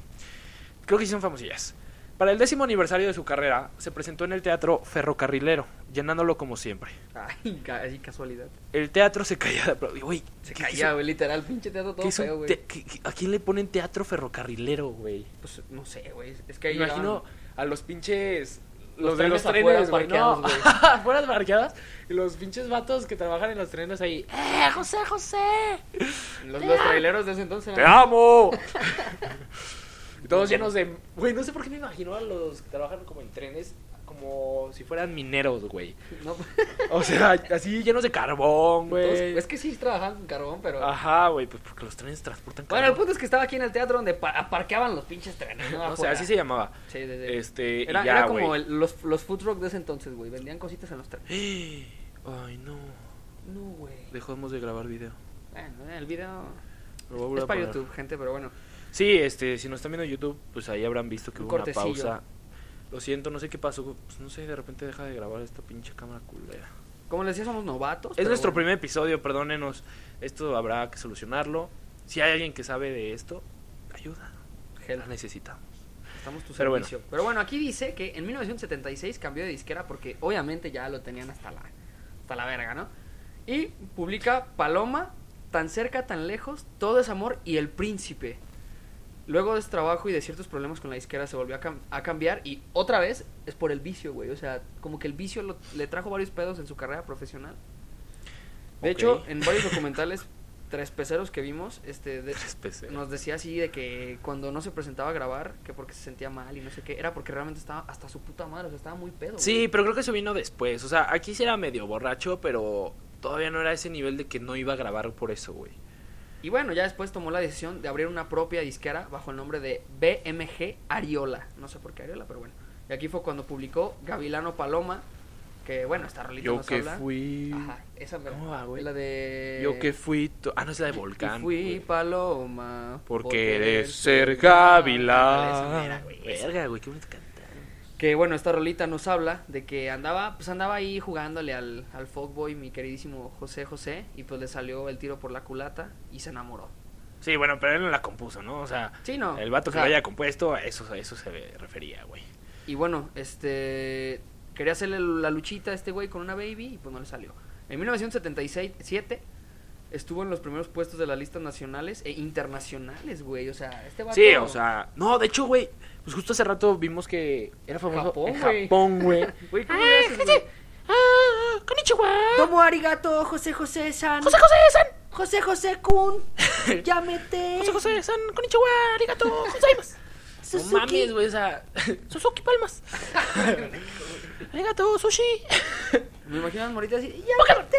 A: creo que sí son famosillas. Para el décimo aniversario de su carrera, se presentó en el teatro Ferrocarrilero, llenándolo como siempre.
B: Ay, ca- ay, casualidad.
A: El teatro se caía de aplausos. Güey,
B: Se
A: ¿qué-
B: caía, güey, literal, pinche teatro
A: qué
B: todo
A: es un
B: feo, güey.
A: te- qué- qué- ¿A quién le ponen teatro ferrocarrilero, güey?
B: Pues no sé, güey. Es que
A: Me
B: ahí
A: imagino
B: llegaban-
A: a los pinches los, de los
B: afuera
A: trenes, güey. No,
B: parqueados, güey.
A: afuera parqueadas. Y los pinches vatos que trabajan en los trenes ahí. ¡Eh, José, José!
B: Los, los traileros de ese entonces.
C: ¡Te
B: eran-
C: amo!
A: Y todos llenos de. Güey, no sé por qué me imagino a los que trabajan como en trenes como si fueran mineros, güey.
B: No,
A: O sea, así llenos de carbón, güey.
B: todos- es que sí trabajaban con carbón, pero.
A: Ajá, güey, pues porque los trenes transportan
B: Bueno, el
A: carbón.
B: punto es que estaba aquí en el teatro donde pa- aparqueaban los pinches trenes. ¿no?
A: o sea,
B: Afuera.
A: así se llamaba.
B: Sí, sí, sí.
A: Este, y
B: Era,
A: ya,
B: era como
A: güey.
B: el- los, los food truck de ese entonces, güey. Vendían cositas en los trenes.
A: Ay, no.
B: No, güey.
A: Dejamos de grabar video.
B: Bueno, el video
A: Lo voy a volver
B: es
A: a
B: para
A: poner.
B: YouTube, gente, pero bueno.
A: Sí, este, si nos están viendo en YouTube, pues ahí habrán visto que
B: Un
A: hubo una
B: cortecillo.
A: pausa. Lo siento, no sé qué pasó. Pues no sé, de repente deja de grabar esta pinche cámara culera.
B: Como les decía, somos novatos.
A: Es
B: Pues, pero
A: nuestro
B: bueno.
A: primer episodio, perdónenos. Esto habrá que solucionarlo. Si hay alguien que sabe de esto, ayuda. La
B: Help,
A: necesitamos.
B: Estamos tu
A: Pero bueno.
B: servicio. Pero bueno, aquí dice que en 1976 cambió de disquera porque obviamente ya lo tenían hasta la, hasta la verga, ¿no? Y publica Paloma, Tan cerca, tan lejos, Todo es amor y El Príncipe. Luego de su trabajo y de ciertos problemas con la disquera se volvió a, cam- a cambiar y otra vez es por el vicio, güey. O sea, como que el vicio lo- le trajo varios pedos en su carrera profesional. De
A: Ok.
B: hecho, en varios documentales, tres peceros que vimos, este, de-
A: Especial.
B: nos decía así de que cuando no se presentaba a grabar, que porque se sentía mal y no sé qué, era porque realmente estaba hasta su puta madre, o sea, estaba muy pedo.
A: Sí,
B: güey.
A: pero creo que eso vino después. O sea, aquí sí era medio borracho, pero todavía no era ese nivel de que no iba a grabar por eso, güey.
B: Y bueno, ya después tomó la decisión de abrir una propia disquera bajo el nombre de BMG Ariola. No sé por qué Ariola, pero bueno. Y aquí fue cuando publicó Gavilano Paloma, que bueno, esta rolita
C: Yo
B: nos
C: que
B: habla.
C: fui.
B: Ajá, Eh. esa mera.
A: ¿Cómo va, güey?
B: La de
A: Yo que fui. to- Ah, no, es la de
B: Y
A: Volcán.
B: fui
A: güey.
B: paloma
C: Porque
B: por
C: eres
B: querer
C: ser
B: gavilán.
C: gavilán.
B: Esa mera, güey, esa.
A: Verga, güey, qué bonito cantar.
B: Que bueno, esta rolita nos habla de que andaba, pues andaba ahí jugándole al, al fuckboy, mi queridísimo José José, y pues le salió el tiro por la culata y se enamoró.
A: Sí, bueno, pero él no la compuso, ¿no? O sea,
B: Sí, no.
A: el vato
B: o
A: que
B: sea,
A: lo haya compuesto, a eso, a eso se refería, güey.
B: Y bueno, este. Quería hacerle la luchita a este güey con una baby y pues no le salió. En 1977 estuvo en los primeros puestos de las listas nacionales e internacionales, güey. O sea, este vato.
A: Sí, o sea, no, de hecho, güey, pues justo hace rato vimos que era famoso
B: Japón,
A: en
B: güey.
A: Japón, güey.
B: Güey, ¿cómo le haces, güey?
A: ah, konnichiwa.
B: Tomo arigato, José José San.
A: José José San,
B: José José Kun. Llámete.
A: José José San, konnichiwa, arigato, gozaimasu. No mames, güey, o sea, Suzuki Palmas. arigato, sushi.
B: Me imagino las moritas así. ¡Llámate!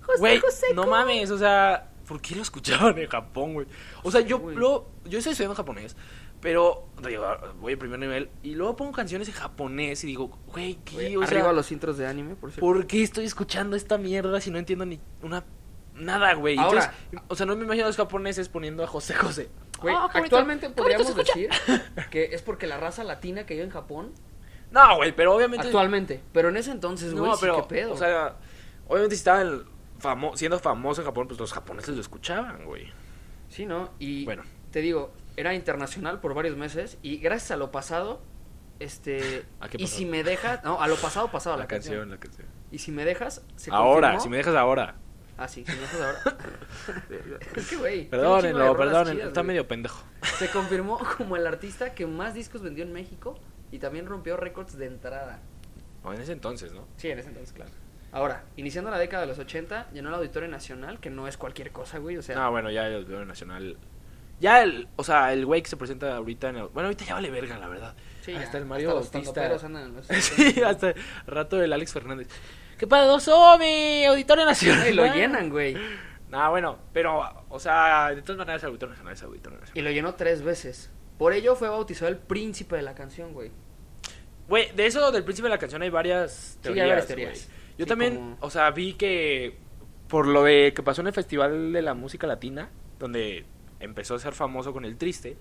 B: José
A: Güey,
B: Pues, José
A: no
B: Kun".
A: mames, o sea, ¿por qué lo escuchaban en Japón, güey? O sea, yo
B: güey.
A: lo, yo estoy estudiando japonés, pero digo, voy al primer nivel y luego pongo canciones en japonés y digo, güey, ¿qué?
B: Güey,
A: o sea,
B: arriba los intros de anime, por cierto.
A: ¿Por qué estoy escuchando esta mierda si no entiendo ni una nada, güey?
B: Ahora.
A: Entonces, o sea, no me imagino a los japoneses poniendo a José José.
B: Güey,
A: Ah, qué bonito,
B: actualmente
A: qué bonito
B: podríamos
A: se escucha.
B: decir que es porque la raza latina que vive en Japón.
A: No, güey, pero obviamente
B: actualmente. Pero en ese entonces, güey,
A: no,
B: sí,
A: pero
B: qué pedo.
A: o sea, obviamente si estaba el famo- siendo famoso en Japón, pues los japoneses lo escuchaban, güey.
B: sí, ¿no? Y
A: Bueno.
B: te digo, era internacional por varios meses y gracias a lo pasado, este...
A: ¿A qué
B: y
A: pasado?
B: si me dejas... No, a lo pasado, pasado, la, canción.
A: la canción.
B: Y si me dejas... Se
A: Ahora,
B: confirmó-
A: si me dejas ahora.
B: Ah, sí, si me dejas ahora. es que, güey. tengo un chingo de
A: Perdónenlo,
B: rolas
A: perdónenlo,
B: chidas,
A: está
B: güey.
A: medio pendejo.
B: Se confirmó como el artista que más discos vendió en México y también rompió récords de entrada.
A: O en ese entonces, ¿no?
B: Sí, en ese entonces, claro. Ahora, iniciando la década de los 80, llenó el Auditorio Nacional, que no es cualquier cosa, güey, o sea...
A: No, bueno, ya el Auditorio Nacional. Ya el, o sea, el güey que se presenta ahorita en el- Bueno, ahorita ya vale verga, la verdad.
B: Sí,
A: hasta
B: ya,
A: el Mario
B: hasta los
A: Bautista.
B: estandoperos andan en los-
A: Sí, hasta el rato del Alex Fernández. ¿Qué pasó, mi Auditorio Nacional?
B: Y lo llenan, güey.
A: Nah, bueno, pero, o sea, de todas maneras, Auditorio Nacional es Auditorio Nacional.
B: Y lo llenó tres veces. Por ello fue bautizado el príncipe de la canción, güey.
A: Güey, de eso del príncipe de la canción hay varias
B: hay
A: teorías.
B: varias teorías.
A: güey. Yo
B: Sí,
A: también,
B: como-
A: o sea, vi que por lo de que pasó en el Festival de la Música Latina, donde empezó a ser famoso con el triste,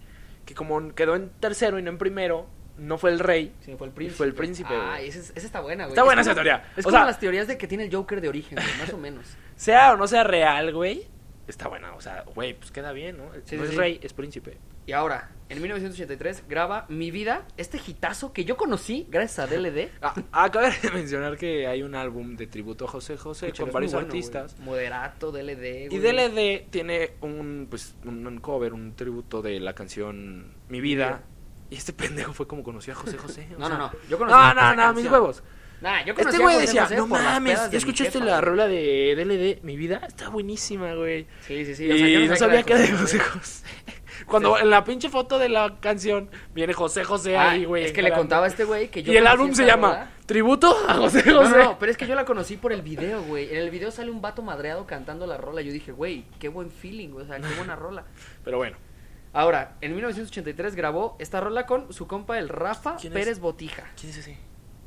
A: que como quedó en tercero y no en primero, no fue el rey.
B: Sí, fue el
A: Y
B: príncipe.
A: fue el príncipe,
B: Ah,
A: güey.
B: esa, es- esa está buena, güey.
A: Está buena
B: Es
A: esa
B: como-
A: teoría.
B: Es
A: O
B: como
A: sea-
B: las teorías de que tiene el Joker de origen, güey, más o menos.
A: Sea o no sea real, güey, está buena. O sea, güey, pues queda bien, ¿no?
B: Sí,
A: no
B: sí,
A: es
B: sí.
A: rey, es príncipe.
B: Y ahora, en 1983, graba Mi Vida, este hitazo que yo conocí gracias a DLD.
A: Ah, acabo de mencionar que hay un álbum de tributo a José José
B: Escúchalo,
A: con
B: es
A: varios
B: muy bueno,
A: artistas.
B: güey. Moderato, DLD, güey.
A: Y DLD tiene un, pues, un un cover, un tributo de la canción Mi Vida, Y este pendejo fue como conoció a José José. o
B: No, no,
A: sea,
B: no. Yo conocí
A: No,
B: por
A: no,
B: esa
A: no, mis
B: canción.
A: huevos.
B: Nah, yo conocí
A: Este
B: a
A: güey
B: José
A: decía,
B: José
A: no
B: por las
A: mames, ¿ya
B: pedas de mi
A: escuchaste
B: jefa,
A: la
B: güey".
A: rola de DLD? Mi vida está buenísima, güey.
B: Sí, sí, sí. o sea, yo
A: Y no sabía que era de José
B: José güey.
A: José. Cuando en la pinche foto de la canción viene José José
B: Ah,
A: ahí, güey.
B: Es que le
A: jalando.
B: contaba a este güey que yo.
A: Y el
B: conocí
A: álbum se
B: esta
A: llama
B: rola.
A: Tributo a José
B: No, no,
A: José.
B: no, pero es que yo la conocí por el video, güey. En el video sale un vato madreado cantando la rola. Yo dije, güey, qué buen feeling, güey, o sea, qué buena rola.
A: Pero bueno,
B: Ahora, en 1983 grabó esta rola con su compa el Rafa
A: ¿Quién es?
B: Pérez Botija.
A: ¿quién es ese?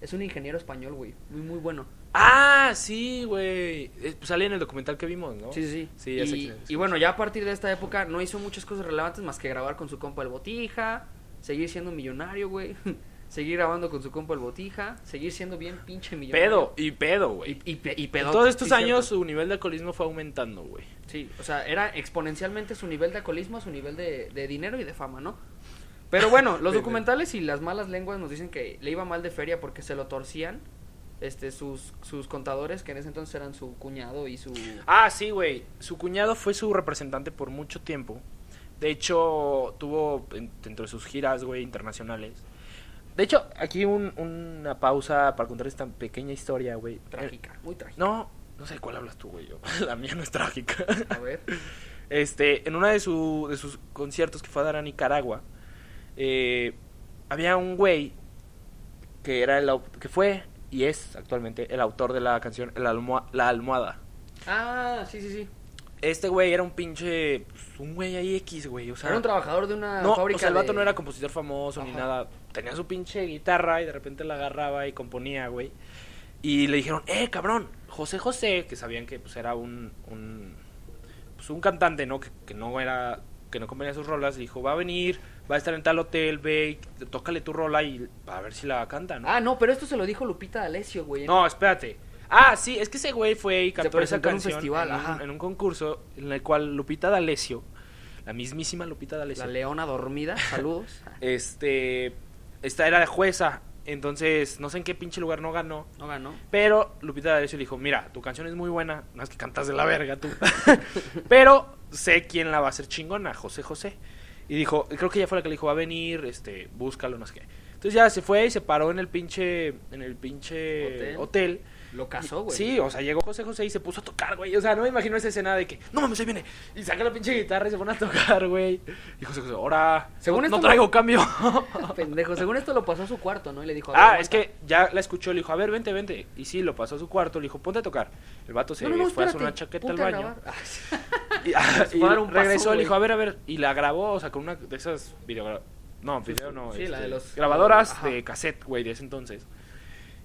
B: Es un ingeniero español, güey. Muy, muy bueno.
A: Ah, sí, güey. Eh, pues Salía en el documental que vimos, ¿no?
B: Sí, sí, sí.
A: Oh, Sí, ya sé
B: y,
A: quién es.
B: y bueno, ya a partir de esta época no hizo muchas cosas relevantes más que grabar con su compa el Botija, seguir siendo millonario, güey. Seguir grabando con su compa el Botija, seguir siendo bien pinche millonario.
A: Pedo, y pedo,
B: Y,
A: güey.
B: y, pe- y pedo.
A: Todos estos
B: sí,
A: años
B: cierto.
A: su nivel de alcoholismo fue aumentando, güey.
B: Sí, o sea, era exponencialmente su nivel de alcoholismo, su nivel de, de dinero y de fama, ¿no? Pero bueno, los
A: Pendejo.
B: documentales y las malas lenguas nos dicen que le iba mal de feria porque se lo torcían este sus, sus contadores, que en ese entonces eran su cuñado y su...
A: Ah, sí, güey. Su cuñado fue su representante por mucho tiempo. De hecho, tuvo en- dentro de sus giras, güey, internacionales. De hecho, aquí un- una pausa para contar esta pequeña historia, güey. Eh,
B: Trágica, muy trágica.
A: No, no sé de cuál hablas tú, güey. yo. La mía no es trágica.
B: A ver.
A: Este, en uno de, su- de sus conciertos que fue a dar a Nicaragua, eh, había un güey que era el au- que fue y es actualmente el autor de la canción El Almoha- La Almohada.
B: Ah, sí, sí, sí.
A: Este güey era un pinche. pues, un güey ahí X, güey. O sea,
B: Era un trabajador de una
A: no,
B: fábrica
A: o sea, el vato
B: de-
A: no era compositor famoso ni
B: Ajá.
A: nada. Tenía su pinche guitarra y de repente la agarraba y componía, güey. Y le dijeron, eh, cabrón, José José, que sabían que pues, era un, un, pues, un cantante, ¿no? Que, que no era, que no componía sus rolas. Dijo, va a venir, va a estar en tal hotel, ve, y tócale tu rola y a ver si la canta, ¿no?
B: Ah, no, pero esto se lo dijo Lupita D'Alessio, güey.
A: No, espérate. Ah, sí, es que ese güey fue y cantó esa
B: presentó en un
A: canción
B: festival,
A: en, un-
B: ajá.
A: en un concurso en el cual Lupita D'Alessio, la mismísima Lupita
B: La
A: D'Alessio,
B: leona dormida, saludos.
A: este, esta era de jueza, entonces no sé en qué pinche lugar no ganó,
B: No ganó.
A: pero Lupita D'Alessio le dijo, mira, tu canción es muy buena, no es que cantas de la verga tú, pero sé quién la va a hacer chingona, José José. Y dijo, creo que ella fue la que le dijo, va a venir, este, búscalo, no sé qué. Entonces ya se fue y se paró en el pinche, en el pinche
B: Hotel.
A: hotel
B: Lo casó, güey.
A: Sí, o sea, llegó José José y se puso a tocar, güey. O sea, no me imagino esa escena de que, no mames, ahí viene. Y saca la pinche guitarra y se pone a tocar, güey. Y José José, ahora.
B: Según
A: no,
B: esto,
A: no traigo cambio.
B: Pendejo, según esto lo pasó a su cuarto, ¿no? Y le dijo, a ver,
A: ah,
B: aguanta.
A: es que ya la escuchó, le dijo, a ver, vente, vente. Y sí, lo pasó a su cuarto, le dijo, ponte a tocar. El vato se
B: No, no, no,
A: fue a hacer
B: espérate,
A: una chaqueta al
B: ponte a
A: baño.
B: grabar. Ah, sí.
A: Y, ah,
B: Se
A: y
B: fue a dar un
A: regresó,
B: paso,
A: le dijo, a
B: güey.
A: ver, a ver. Y la grabó, o sea, con una de esas video... No, video no. este,
B: Sí, la de los-
A: Grabadoras
B: Ajá.
A: de cassette, güey, de ese entonces.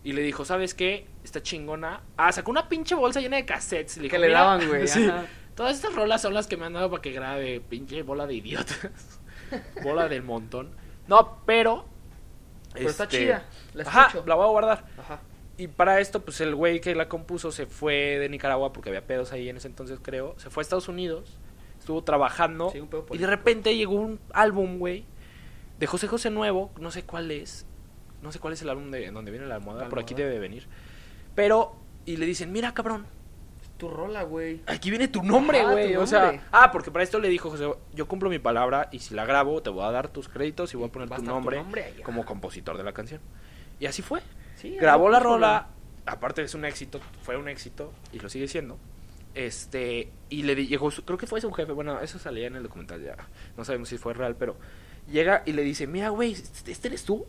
A: Y le dijo, ¿sabes qué? Está chingona. Ah, sacó una pinche bolsa llena de cassettes. y dijo,
B: Que le
A: "Mira".
B: daban, güey.
A: Sí.
B: ajá.
A: Todas estas rolas son las que me han dado para que grabe, pinche bola de idiotas. bola del montón. No, pero.
B: Pero está
A: este,
B: chida. La
A: Ajá,
B: escucho.
A: la voy a guardar.
B: Ajá.
A: Y para esto, pues el güey que la compuso se fue de Nicaragua porque había pedos ahí en ese entonces, creo. Se fue a Estados Unidos, estuvo trabajando.
B: Sí, un pedo
A: y
B: político.
A: de repente llegó un álbum, güey, de José José Nuevo, no sé cuál es. No sé cuál es el álbum de en donde viene la almohada,
B: La
A: por aquí
B: almohada.
A: debe de venir. Pero, y le dicen, mira cabrón,
B: Tu rola, güey.
A: aquí viene tu nombre,
B: Ajá,
A: güey.
B: tu
A: O sea,
B: nombre.
A: ah, porque para esto le dijo José, yo cumplo mi palabra y si la grabo te voy a dar tus créditos y voy a poner
B: Va a
A: tu
B: estar tu
A: nombre,
B: nombre ahí, ajá.
A: como compositor de la canción. Y así fue.
B: Sí, pues,
A: Grabó
B: ahí
A: la
B: puso
A: rola, aparte es un éxito, fue un éxito y lo sigue siendo. Este, y le di- llegó, su- creo que fue su jefe, bueno, eso salía en el documental ya, no sabemos si fue real, pero llega y le dice, mira, güey, este este eres tú.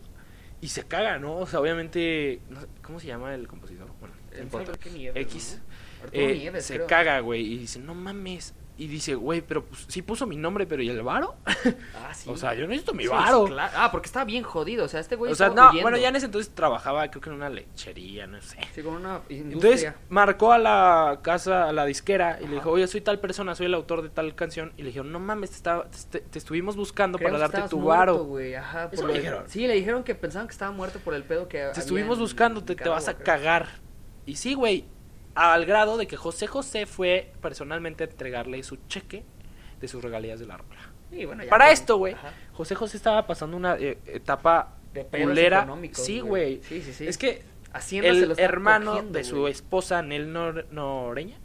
A: Y se caga, ¿no? O sea, obviamente, no sé, ¿cómo se llama el compositor? Bueno, no
B: El
A: importa.
B: Arturo Nieves,
A: X.
B: ¿no? Arturo
A: Eh,
B: Nieves,
A: se
B: creo.
A: caga, güey, y dice, no mames. Y dice, güey, pero pues, sí puso mi nombre, pero ¿y el varo?
B: Ah, sí.
A: O sea, yo necesito mi
B: Sí,
A: varo.
B: sí, claro. Ah, porque estaba bien jodido. O sea, este güey.
A: o sea,
B: estaba
A: no,
B: huyendo.
A: bueno, ya en ese entonces trabajaba, creo que en una lechería, no sé.
B: Sí, con una
A: Entonces
B: industria.
A: marcó a la casa, a la disquera, y
B: Ajá.
A: le dijo, oye, soy tal persona, soy el autor de tal canción. Y le dijeron, no mames, te, estaba- te- te estuvimos buscando para
B: Creemos que
A: darte
B: estabas
A: tu
B: muerto,
A: varo.
B: güey, ajá, por
A: Eso
B: lo
A: le
B: de-
A: dijeron.
B: Sí, le dijeron que pensaban que estaba muerto por el pedo que.
A: Te estuvimos buscando, te, te vas a
B: cagar
A: cagar. Y sí, güey, al grado de que José José fue personalmente a entregarle su cheque de sus regalías de la rola.
B: Y bueno, ya
A: Para
B: con-
A: esto, güey,
B: ajá,
A: José José estaba pasando una eh, etapa
B: De pedos
A: culera.
B: económicos,
A: Sí,
B: güey.
A: güey.
B: Sí, sí, sí.
A: Es que
B: Hacienda se lo
A: el
B: está
A: hermano
B: cogiendo,
A: de su
B: güey.
A: esposa Nel Nor- Noreña,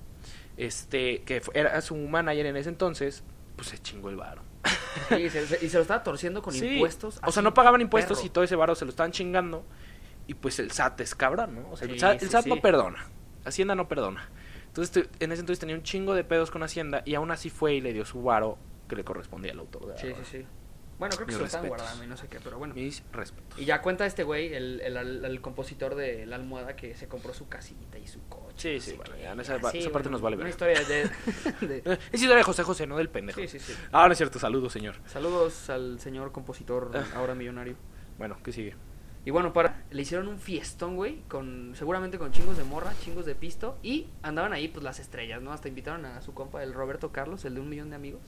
A: este, que fue- era su manager en ese entonces, pues se chingó el varo.
B: Sí, se- se- y se lo estaba torciendo con
A: Sí,
B: impuestos.
A: O
B: así,
A: sea, no pagaban impuestos
B: perro.
A: y todo ese varo se lo estaban chingando. Y pues el SAT es cabrón, ¿no? O sea,
B: Sí,
A: el SAT, el
B: sí,
A: SAT
B: sí.
A: no perdona. Hacienda no perdona. Entonces, te- en ese entonces tenía un chingo de pedos con Hacienda y aún así fue y le dio su varo que le correspondía al autor. de la
B: Sí,
A: obra.
B: sí, sí. Bueno, creo que
A: Mis
B: se lo estaban
A: respetos.
B: guardando y no sé qué, pero bueno.
A: Mis respetos.
B: Y ya cuenta este güey, el, el, el- el compositor de la almohada que se compró su casita y su coche.
A: Sí,
B: no
A: sí,
B: sé
A: bueno,
B: qué,
A: ya en esa- esa parte nos vale
B: Una
A: verga.
B: historia de, de-
A: Eh, Es historia de José José, no del pendejo.
B: Sí, sí, sí.
A: Ah, no es cierto, saludos, señor.
B: Saludos al señor compositor,
A: Ah.
B: ahora millonario.
A: Bueno, ¿qué sigue?
B: Y bueno, para, le hicieron un fiestón, güey, con, seguramente con chingos de morra, chingos de pisto, y andaban ahí, pues, las estrellas, ¿no? Hasta invitaron a su compa, el Roberto Carlos, el de un millón de amigos.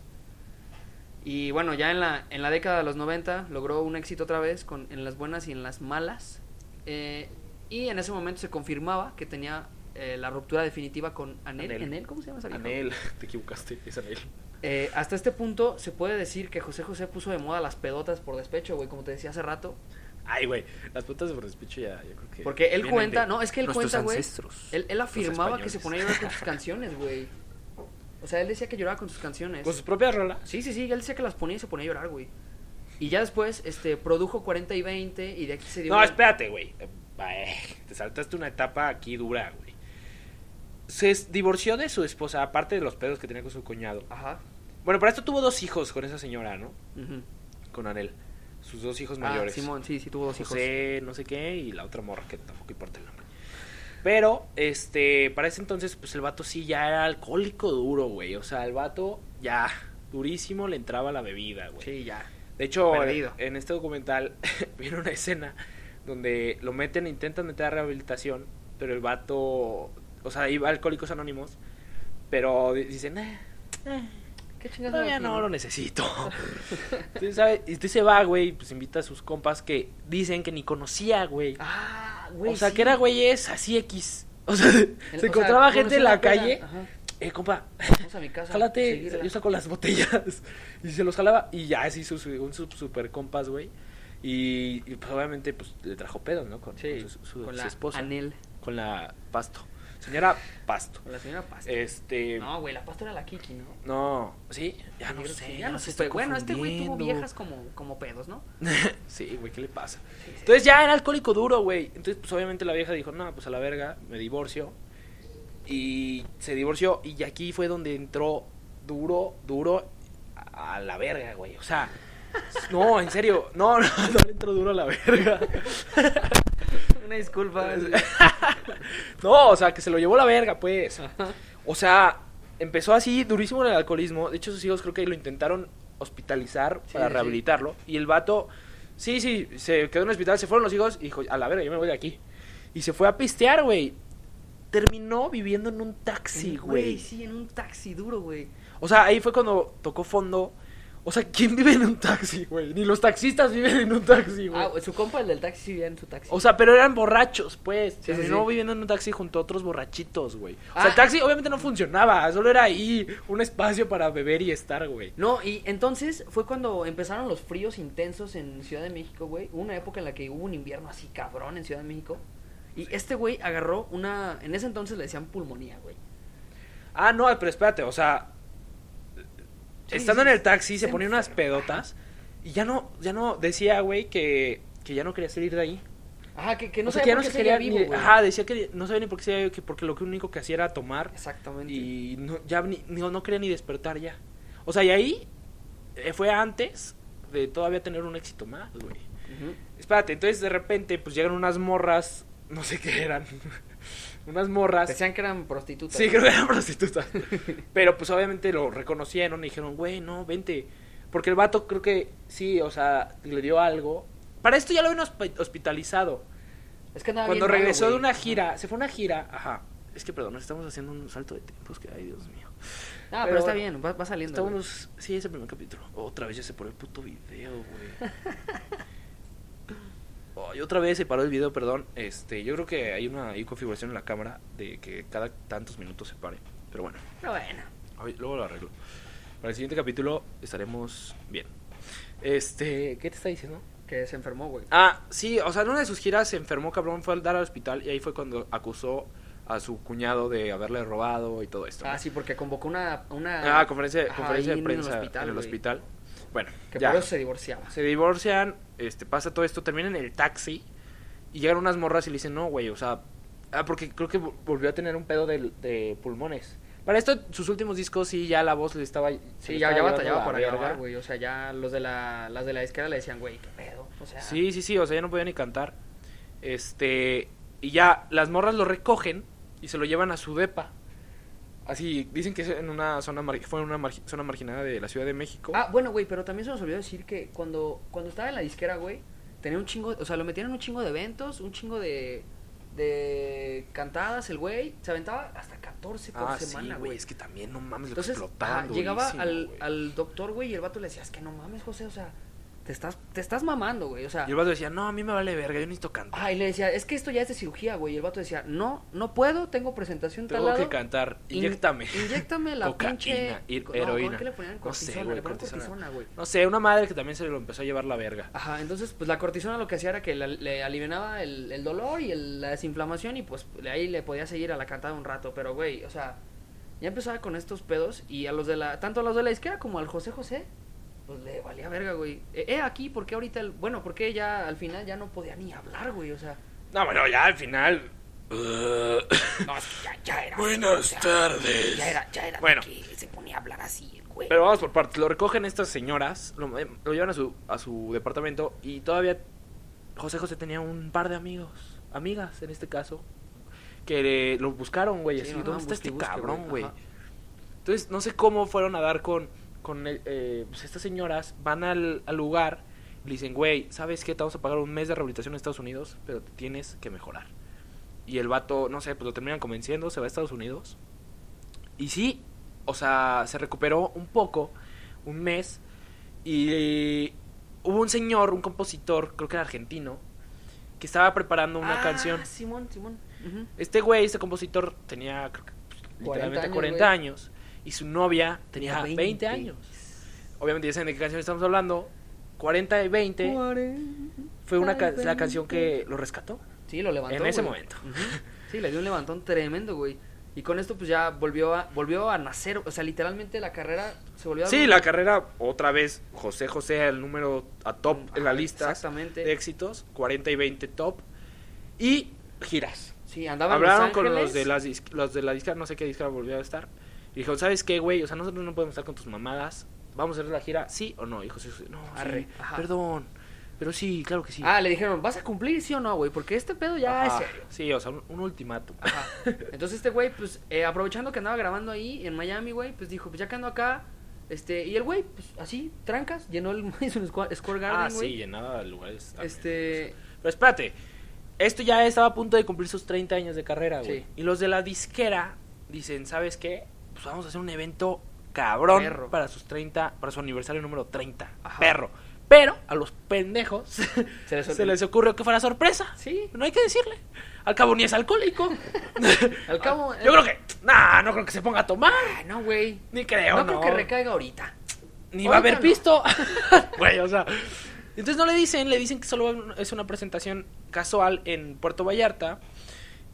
B: Y bueno, ya en la, en la década de los 90 logró un éxito otra vez, con, en las buenas y en las malas. Eh, y en ese momento se confirmaba que tenía eh, la ruptura definitiva con Anel.
A: Anel.
B: ¿Anel? ¿Cómo se llama esa vieja?
A: Anel, te equivocaste, es Anel.
B: Eh, hasta este punto se puede decir que José José puso de moda las pedotas por despecho, güey, como te decía hace rato.
A: Ay, güey, las putas de por despecho ya, yo creo que.
B: Porque él
A: vienen
B: cuenta,
A: de
B: no, es que él
A: nuestros
B: cuenta, güey.
A: ancestros,
B: Él, él
A: los
B: afirmaba que se
A: españoles.
B: ponía a llorar con sus canciones, güey. O sea, él decía que lloraba con sus canciones.
A: Con sus propias rolas.
B: Sí, sí, sí, él decía que las ponía y se ponía a llorar, güey. Y ya después, este, produjo 40 y 20 y de aquí se dio...
A: No,
B: una-
A: espérate, güey. Eh, eh, Te saltaste una etapa aquí dura, güey. Se es- divorció de su esposa, aparte de los pedos que tenía con su cuñado.
B: Ajá.
A: Bueno, para esto tuvo dos hijos con esa señora, ¿no?
B: ujú.
A: Con Anel. Sus dos hijos
B: Ah,
A: mayores.
B: Simón, sí, sí, tuvo dos hijos.
A: José, no sé qué, y la otra morra, que tampoco importa el nombre. Pero, este, para ese entonces, pues el vato sí ya era alcohólico duro, güey. O sea, el vato ya durísimo le entraba la bebida, güey.
B: Sí, ya.
A: De hecho,
B: Perdido.
A: en este documental viene una escena donde lo meten, intentan meter a rehabilitación, pero el vato, o sea, iba a Alcohólicos Anónimos, pero di- dicen, "Eh,
B: ¿Qué chingados
A: todavía
B: hago
A: no
B: aquí?
A: lo necesito. Entonces, ¿sabe? Y entonces se va, güey, y pues invita a sus compas que dicen que ni conocía, güey.
B: Ah, güey,
A: o sea,
B: sí.
A: que era güeyes así X. O sea,
B: El-
A: se
B: o sea,
A: encontraba gente
B: conocí
A: en la
B: peda.
A: calle.
B: Ajá.
A: Eh, compa,
B: Vamos a mi casa.
A: Jálate,
B: seguirla.
A: yo saco las botellas. Y se los jalaba. Y ya se hizo su- un su- super compas, güey. Y, y, pues obviamente pues le trajo pedos, ¿no? Con,
B: Sí,
A: con su, su-
B: con
A: su
B: la
A: esposa.
B: Anel,
A: Con la Pasto. Señora Pasto.
B: con la señora Pasta.
A: Este. No.
B: No, güey, la Pasta era la Kiki, ¿no?
A: sí, ya no
B: Yo creo que
A: sé.
B: ya Ah, no
A: se
B: supe.
A: estoy
B: Bueno, este güey tuvo
A: confundiendo.
B: viejas como, como pedos, ¿no?
A: Sí, güey, ¿qué le pasa? Entonces ya era alcohólico duro, güey. Entonces, pues obviamente la vieja dijo, no, pues a la verga, me divorcio. Y se divorció. Y aquí fue donde entró duro, duro a a la verga, güey. O sea, no, en serio. No, no, no le entró duro a la verga.
B: Una disculpa.
A: No, o sea, que se lo llevó la verga, pues. O sea, empezó así durísimo en el alcoholismo. De hecho, sus hijos creo que lo intentaron hospitalizar
B: Sí,
A: para
B: sí.
A: rehabilitarlo. Y el vato, sí, sí, se quedó en el hospital, se fueron los hijos y dijo, a la verga, yo me voy de aquí. Y se fue a pistear, güey. Terminó viviendo en un taxi, güey.
B: Sí, en un taxi duro, güey.
A: O sea, ahí fue cuando tocó fondo. O sea, ¿quién vive en un taxi, güey? Ni los taxistas viven en un taxi, güey.
B: Ah, su compa, el del taxi, sí vivía en su taxi.
A: O sea, pero eran borrachos, pues.
B: Sí, sí,
A: Terminó
B: sí.
A: viviendo en un taxi junto a otros borrachitos, güey. O
B: Ah.
A: sea, el taxi obviamente no funcionaba. Solo era ahí un espacio para beber y estar, güey.
B: no, y entonces fue cuando empezaron los fríos intensos en Ciudad de México, güey. Hubo una época en la que hubo un invierno así cabrón en Ciudad de México. Y este güey agarró una. En ese entonces le decían pulmonía, güey.
A: Ah, no, pero espérate, o sea.
B: Sí,
A: estando
B: sí,
A: en el taxi, se
B: se
A: ponía unas pedotas. Y ya no, ya no, decía, güey, que, que ya no quería salir de ahí.
B: Ajá, que, que no
A: o sea,
B: sabía
A: que ya
B: por
A: no
B: qué
A: se
B: seguía
A: quería
B: vivo,
A: ni-
B: güey.
A: Ajá, decía que no sabía ni por qué seguía vivo, que porque lo que único que hacía era tomar.
B: Exactamente.
A: Y no, ya ni- no, no quería ni despertar ya. O sea, y ahí eh, fue antes de todavía tener un éxito más, güey.
B: Ujú.
A: Espérate, entonces de repente pues llegan unas morras, no sé qué eran, unas morras.
B: Decían que eran prostitutas.
A: Sí,
B: ¿no?
A: creo que eran prostitutas. Pero pues obviamente lo reconocieron y dijeron, güey, no, vente. Porque el vato creo que sí, o sea, le dio algo. Para esto ya lo habían hospi- hospitalizado.
B: Es que andaba
A: Cuando
B: bien malo,
A: regresó de
B: güey.
A: una gira, se fue a una gira, ajá. Es que perdón, estamos haciendo un salto de tiempos que, ay, Dios mío.
B: Ah, pero,
A: Pero-
B: está bien, va, va saliendo. güey.
A: Estamos, sí, es el primer capítulo. Otra vez ya se paró el puto video, güey. Ay, otra vez se paró el video, perdón. Este, yo creo que hay una hay configuración en la cámara de que cada tantos minutos se pare. Pero bueno,
B: Pero bueno.
A: ay, luego lo arreglo. Para el siguiente capítulo estaremos bien. Este, ¿qué te está diciendo?
B: Que se enfermó, güey.
A: Ah, sí, o sea, en una de sus giras se enfermó, cabrón, fue al dar al hospital y ahí fue cuando acusó a su cuñado de haberle robado y todo esto. ¿no?
B: Ah, sí, Ah, porque convocó una. una
A: Ah, conferencia,
B: Ajá,
A: conferencia
B: ahí
A: de
B: en el
A: prensa en el
B: güey.
A: hospital. Bueno,
B: Que
A: ya.
B: por eso se divorciaba.
A: Se divorcian, este, pasa todo esto, terminan en el taxi y llegan unas morras y le dicen, no, güey, o sea, ah, porque creo que vol- volvió a tener un pedo de, de pulmones. Para esto, sus últimos discos sí, ya la voz le estaba... se
B: Sí,
A: le estaba
B: ya, ya
A: llevando
B: batallaba
A: la
B: para
A: verga.
B: grabar, güey. O sea, ya los de la, las de la disquera le decían, güey, qué pedo. O sea,
A: Sí, sí, sí, o sea, ya no podía ni cantar. Este, y ya las morras lo recogen y se lo llevan a su depa. Así, dicen que es en una zona mar- fue en una margi- zona marginada de la Ciudad de México.
B: Ah, bueno, güey, pero también se nos olvidó decir que cuando, cuando estaba en la disquera, güey, tenía un chingo, o sea, lo metieron en un chingo de eventos, un chingo de, de cantadas, el güey, se aventaba hasta 14 por
A: Ah,
B: semana,
A: sí,
B: güey.
A: güey, es que también, no mames, lo
B: Entonces,
A: explotaban
B: ajá, llegaba
A: durísimo,
B: al,
A: güey.
B: al doctor, güey, y el vato le decía, es que no mames, José, o sea, te estás, te estás mamando, güey, o sea,
A: Y el vato decía, no, a mí me vale verga, yo necesito cantar.
B: ah, y le decía, es que esto ya es de cirugía, güey, y el vato decía, no, no puedo, tengo presentación
A: Tengo
B: tal
A: que
B: lado,
A: cantar,
B: in-
A: inyectame.
B: Inyéctame la
A: Cocaína,
B: pinche...
A: her-
B: no,
A: heroína.
B: ¿Qué le ponían?
A: No sé,
B: Cortisona,
A: güey,
B: le ponían
A: cortisona.
B: cortisona, güey.
A: No sé, una madre que también se lo empezó a llevar la verga.
B: Ajá, entonces pues la cortisona lo que hacía era que la- le alivianaba el, el dolor y el- la desinflamación y pues de ahí le podía seguir a la cantada un rato, pero güey, o sea, ya empezaba con estos pedos y a los de la, tanto a los de la izquierda como al José José, pues le valía verga, güey. Eh, eh, aquí, porque ahorita, el, bueno, porque ya al final ya no podía ni hablar, güey, o sea,
A: No, bueno, ya al final. uh,
B: no, es que ya, ya era. o
C: Buenas
B: sea,
C: tardes.
B: Ya era, ya era,
A: Bueno.
B: que se ponía a hablar así, el güey.
A: Pero vamos por partes. Lo recogen estas señoras, lo, eh, lo llevan a su, a su departamento y todavía José José tenía un par de amigos, amigas en este caso, que le- lo buscaron, güey.
B: Sí,
A: así,
B: no, no,
A: ¿dónde está
B: busque,
A: este
B: busque,
A: cabrón,
B: güey?
A: güey?
B: Ajá.
A: Entonces, no sé cómo fueron a dar con, con eh, eh, pues, estas señoras. Van al, al lugar y le dicen, güey, ¿sabes qué? Te vamos a pagar un mes de rehabilitación en Estados Unidos, pero te tienes que mejorar. Y el vato, no sé, pues lo terminan convenciendo, se va a Estados Unidos. Y sí, o sea, se recuperó un poco, un mes. Y eh, hubo un señor, un compositor, creo que era argentino, que estaba preparando una
B: Ah,
A: canción.
B: Simón, Simón. Ujú.
A: Este güey, este compositor, tenía creo que, pues,
B: 40
A: literalmente
B: años,
A: 40
B: güey.
A: años. Y su novia
B: Ah,
A: tenía 20, años. Obviamente ya saben de qué canción estamos hablando. 40 y 20 fue una ca- la canción que lo rescató.
B: Sí, lo levantó.
A: En ese
B: güey.
A: momento.
B: Ujú. Sí, le dio un levantón tremendo, güey. Y con esto, pues ya volvió a, volvió a nacer. O sea, literalmente la carrera se volvió a.
A: Sí, la carrera otra vez. José José, el número a top en la
B: Ajá,
A: lista
B: exactamente.
A: de éxitos. 40 y 20 top. Y giras.
B: Sí, andaba en
A: Hablaron
B: Los
A: con los
B: Ángeles.
A: de, las dis- los de la disca, no sé qué disca volvió a estar. Y dijo, ¿sabes qué, güey? O sea, nosotros no podemos estar con tus mamadas. ¿Vamos a hacer la gira? ¿Sí o no? Y José, José, no, sí,
B: Arre, ajá.
A: perdón. Pero sí, claro que sí.
B: Ah, le dijeron, ¿vas a cumplir sí o no, güey? Porque este pedo ya
A: Ajá.
B: es serio. Ah,
A: Sí, o sea, un, un ultimátum.
B: Ajá. Entonces este güey, pues, eh, aprovechando que andaba grabando ahí en Miami, güey, pues dijo, pues ya que ando acá, este, y el güey, pues así, trancas, llenó el Madison Square Square Garden,
A: Ah, sí,
B: güey.
A: llenada de lugares. también.
B: este,
A: Pero espérate, esto ya estaba a punto de cumplir sus 30 años de carrera, güey.
B: Sí.
A: Y los de la disquera dicen, ¿sabes qué? Pues vamos a hacer un evento cabrón
B: Perro.
A: para sus 30, para su aniversario número 30.
B: Ajá.
A: Perro. Pero a los pendejos
B: se les,
A: se les ocurrió que fuera sorpresa.
B: Sí,
A: No hay que decirle. Al cabo ni es alcohólico.
B: al cabo... eh.
A: Yo creo que, nah, no creo que se ponga a tomar.
B: Ah, no, güey.
A: Ni creo,
B: No,
A: no.
B: creo que recaiga ahorita.
A: Ni va a haber
B: Ahorita
A: pisto. Güey, o sea. Entonces no le dicen, le dicen que solo va- es una presentación casual en Puerto Vallarta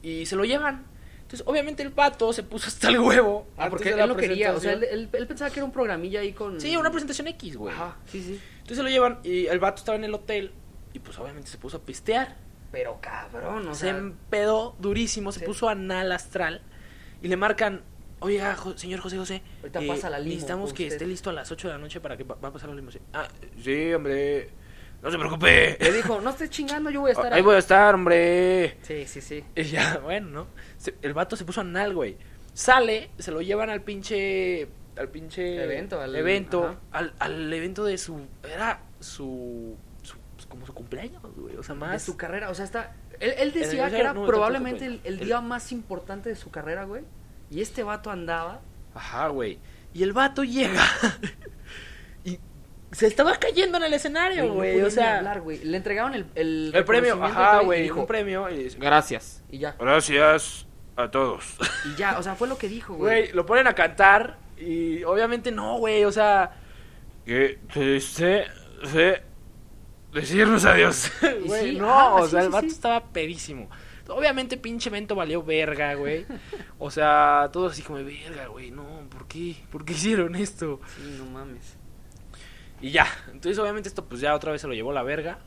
A: y se lo llevan. Entonces, obviamente el pato se puso hasta el huevo.
B: Ah,
A: antes
B: porque
A: de
B: él
A: la
B: lo quería, o sea, él,
A: presentación.
B: él- él pensaba que era un programilla ahí con...
A: Sí, una presentación X, güey.
B: Ajá, sí, sí.
A: Entonces se lo llevan y el vato estaba en el hotel y pues obviamente se puso a pistear.
B: Pero cabrón, o
A: se
B: sea...
A: empedó durísimo, se
B: sí.
A: puso anal astral y le marcan, oiga, jo- señor José José, eh,
B: Ahorita pasa la limo
A: necesitamos
B: con
A: que
B: usted".
A: esté listo a las 8 de la noche para que va, va a pasar la limusina. Ah, sí, hombre, no se preocupe.
B: Le dijo, no estés chingando, yo voy a estar
A: Ahí voy a estar, hombre.
B: Sí, sí, sí.
A: Y ya, bueno, ¿no? Se- el vato se puso anal, güey. Sale, se lo llevan al pinche... Al pinche...
B: Evento, al- ajá.
A: evento. Al, al evento de su... Era su... su- pues, como su cumpleaños, güey. O sea,
B: De
A: más...
B: su carrera, o sea, está... Él, él
A: el
B: decía que
A: aniversario,
B: era
A: no,
B: probablemente el,
A: tampoco,
B: el
A: el-
B: día más importante de su carrera, güey. Y este vato andaba...
A: Ajá, güey. Y el vato llega y se estaba cayendo en el escenario,
B: no
A: güey.
B: podía
A: o
B: ni
A: sea,
B: hablar, güey. Le entregaron el... El,
A: el premio,
B: reconocimiento,
A: ajá,
B: y
A: güey.
B: dijo,
A: Un premio. y dice,
B: Gracias. Y ya,
C: Gracias a todos.
B: y ya, o sea, fue lo que dijo, güey.
A: Güey, lo ponen a cantar y obviamente no, güey. O sea,
C: Que triste de decirnos adiós.
B: Y
A: güey,
B: sí,
A: no.
B: ajá,
A: o
B: sí,
A: sea, el
B: sí,
A: vato
B: sí.
A: estaba pedísimo. Obviamente, pinche evento valió verga, güey. O sea, todos así como, verga, güey. No, ¿por qué? ¿Por qué hicieron esto?
B: Sí, no mames.
A: Y ya. Entonces, obviamente, esto pues ya otra vez se lo llevó la verga.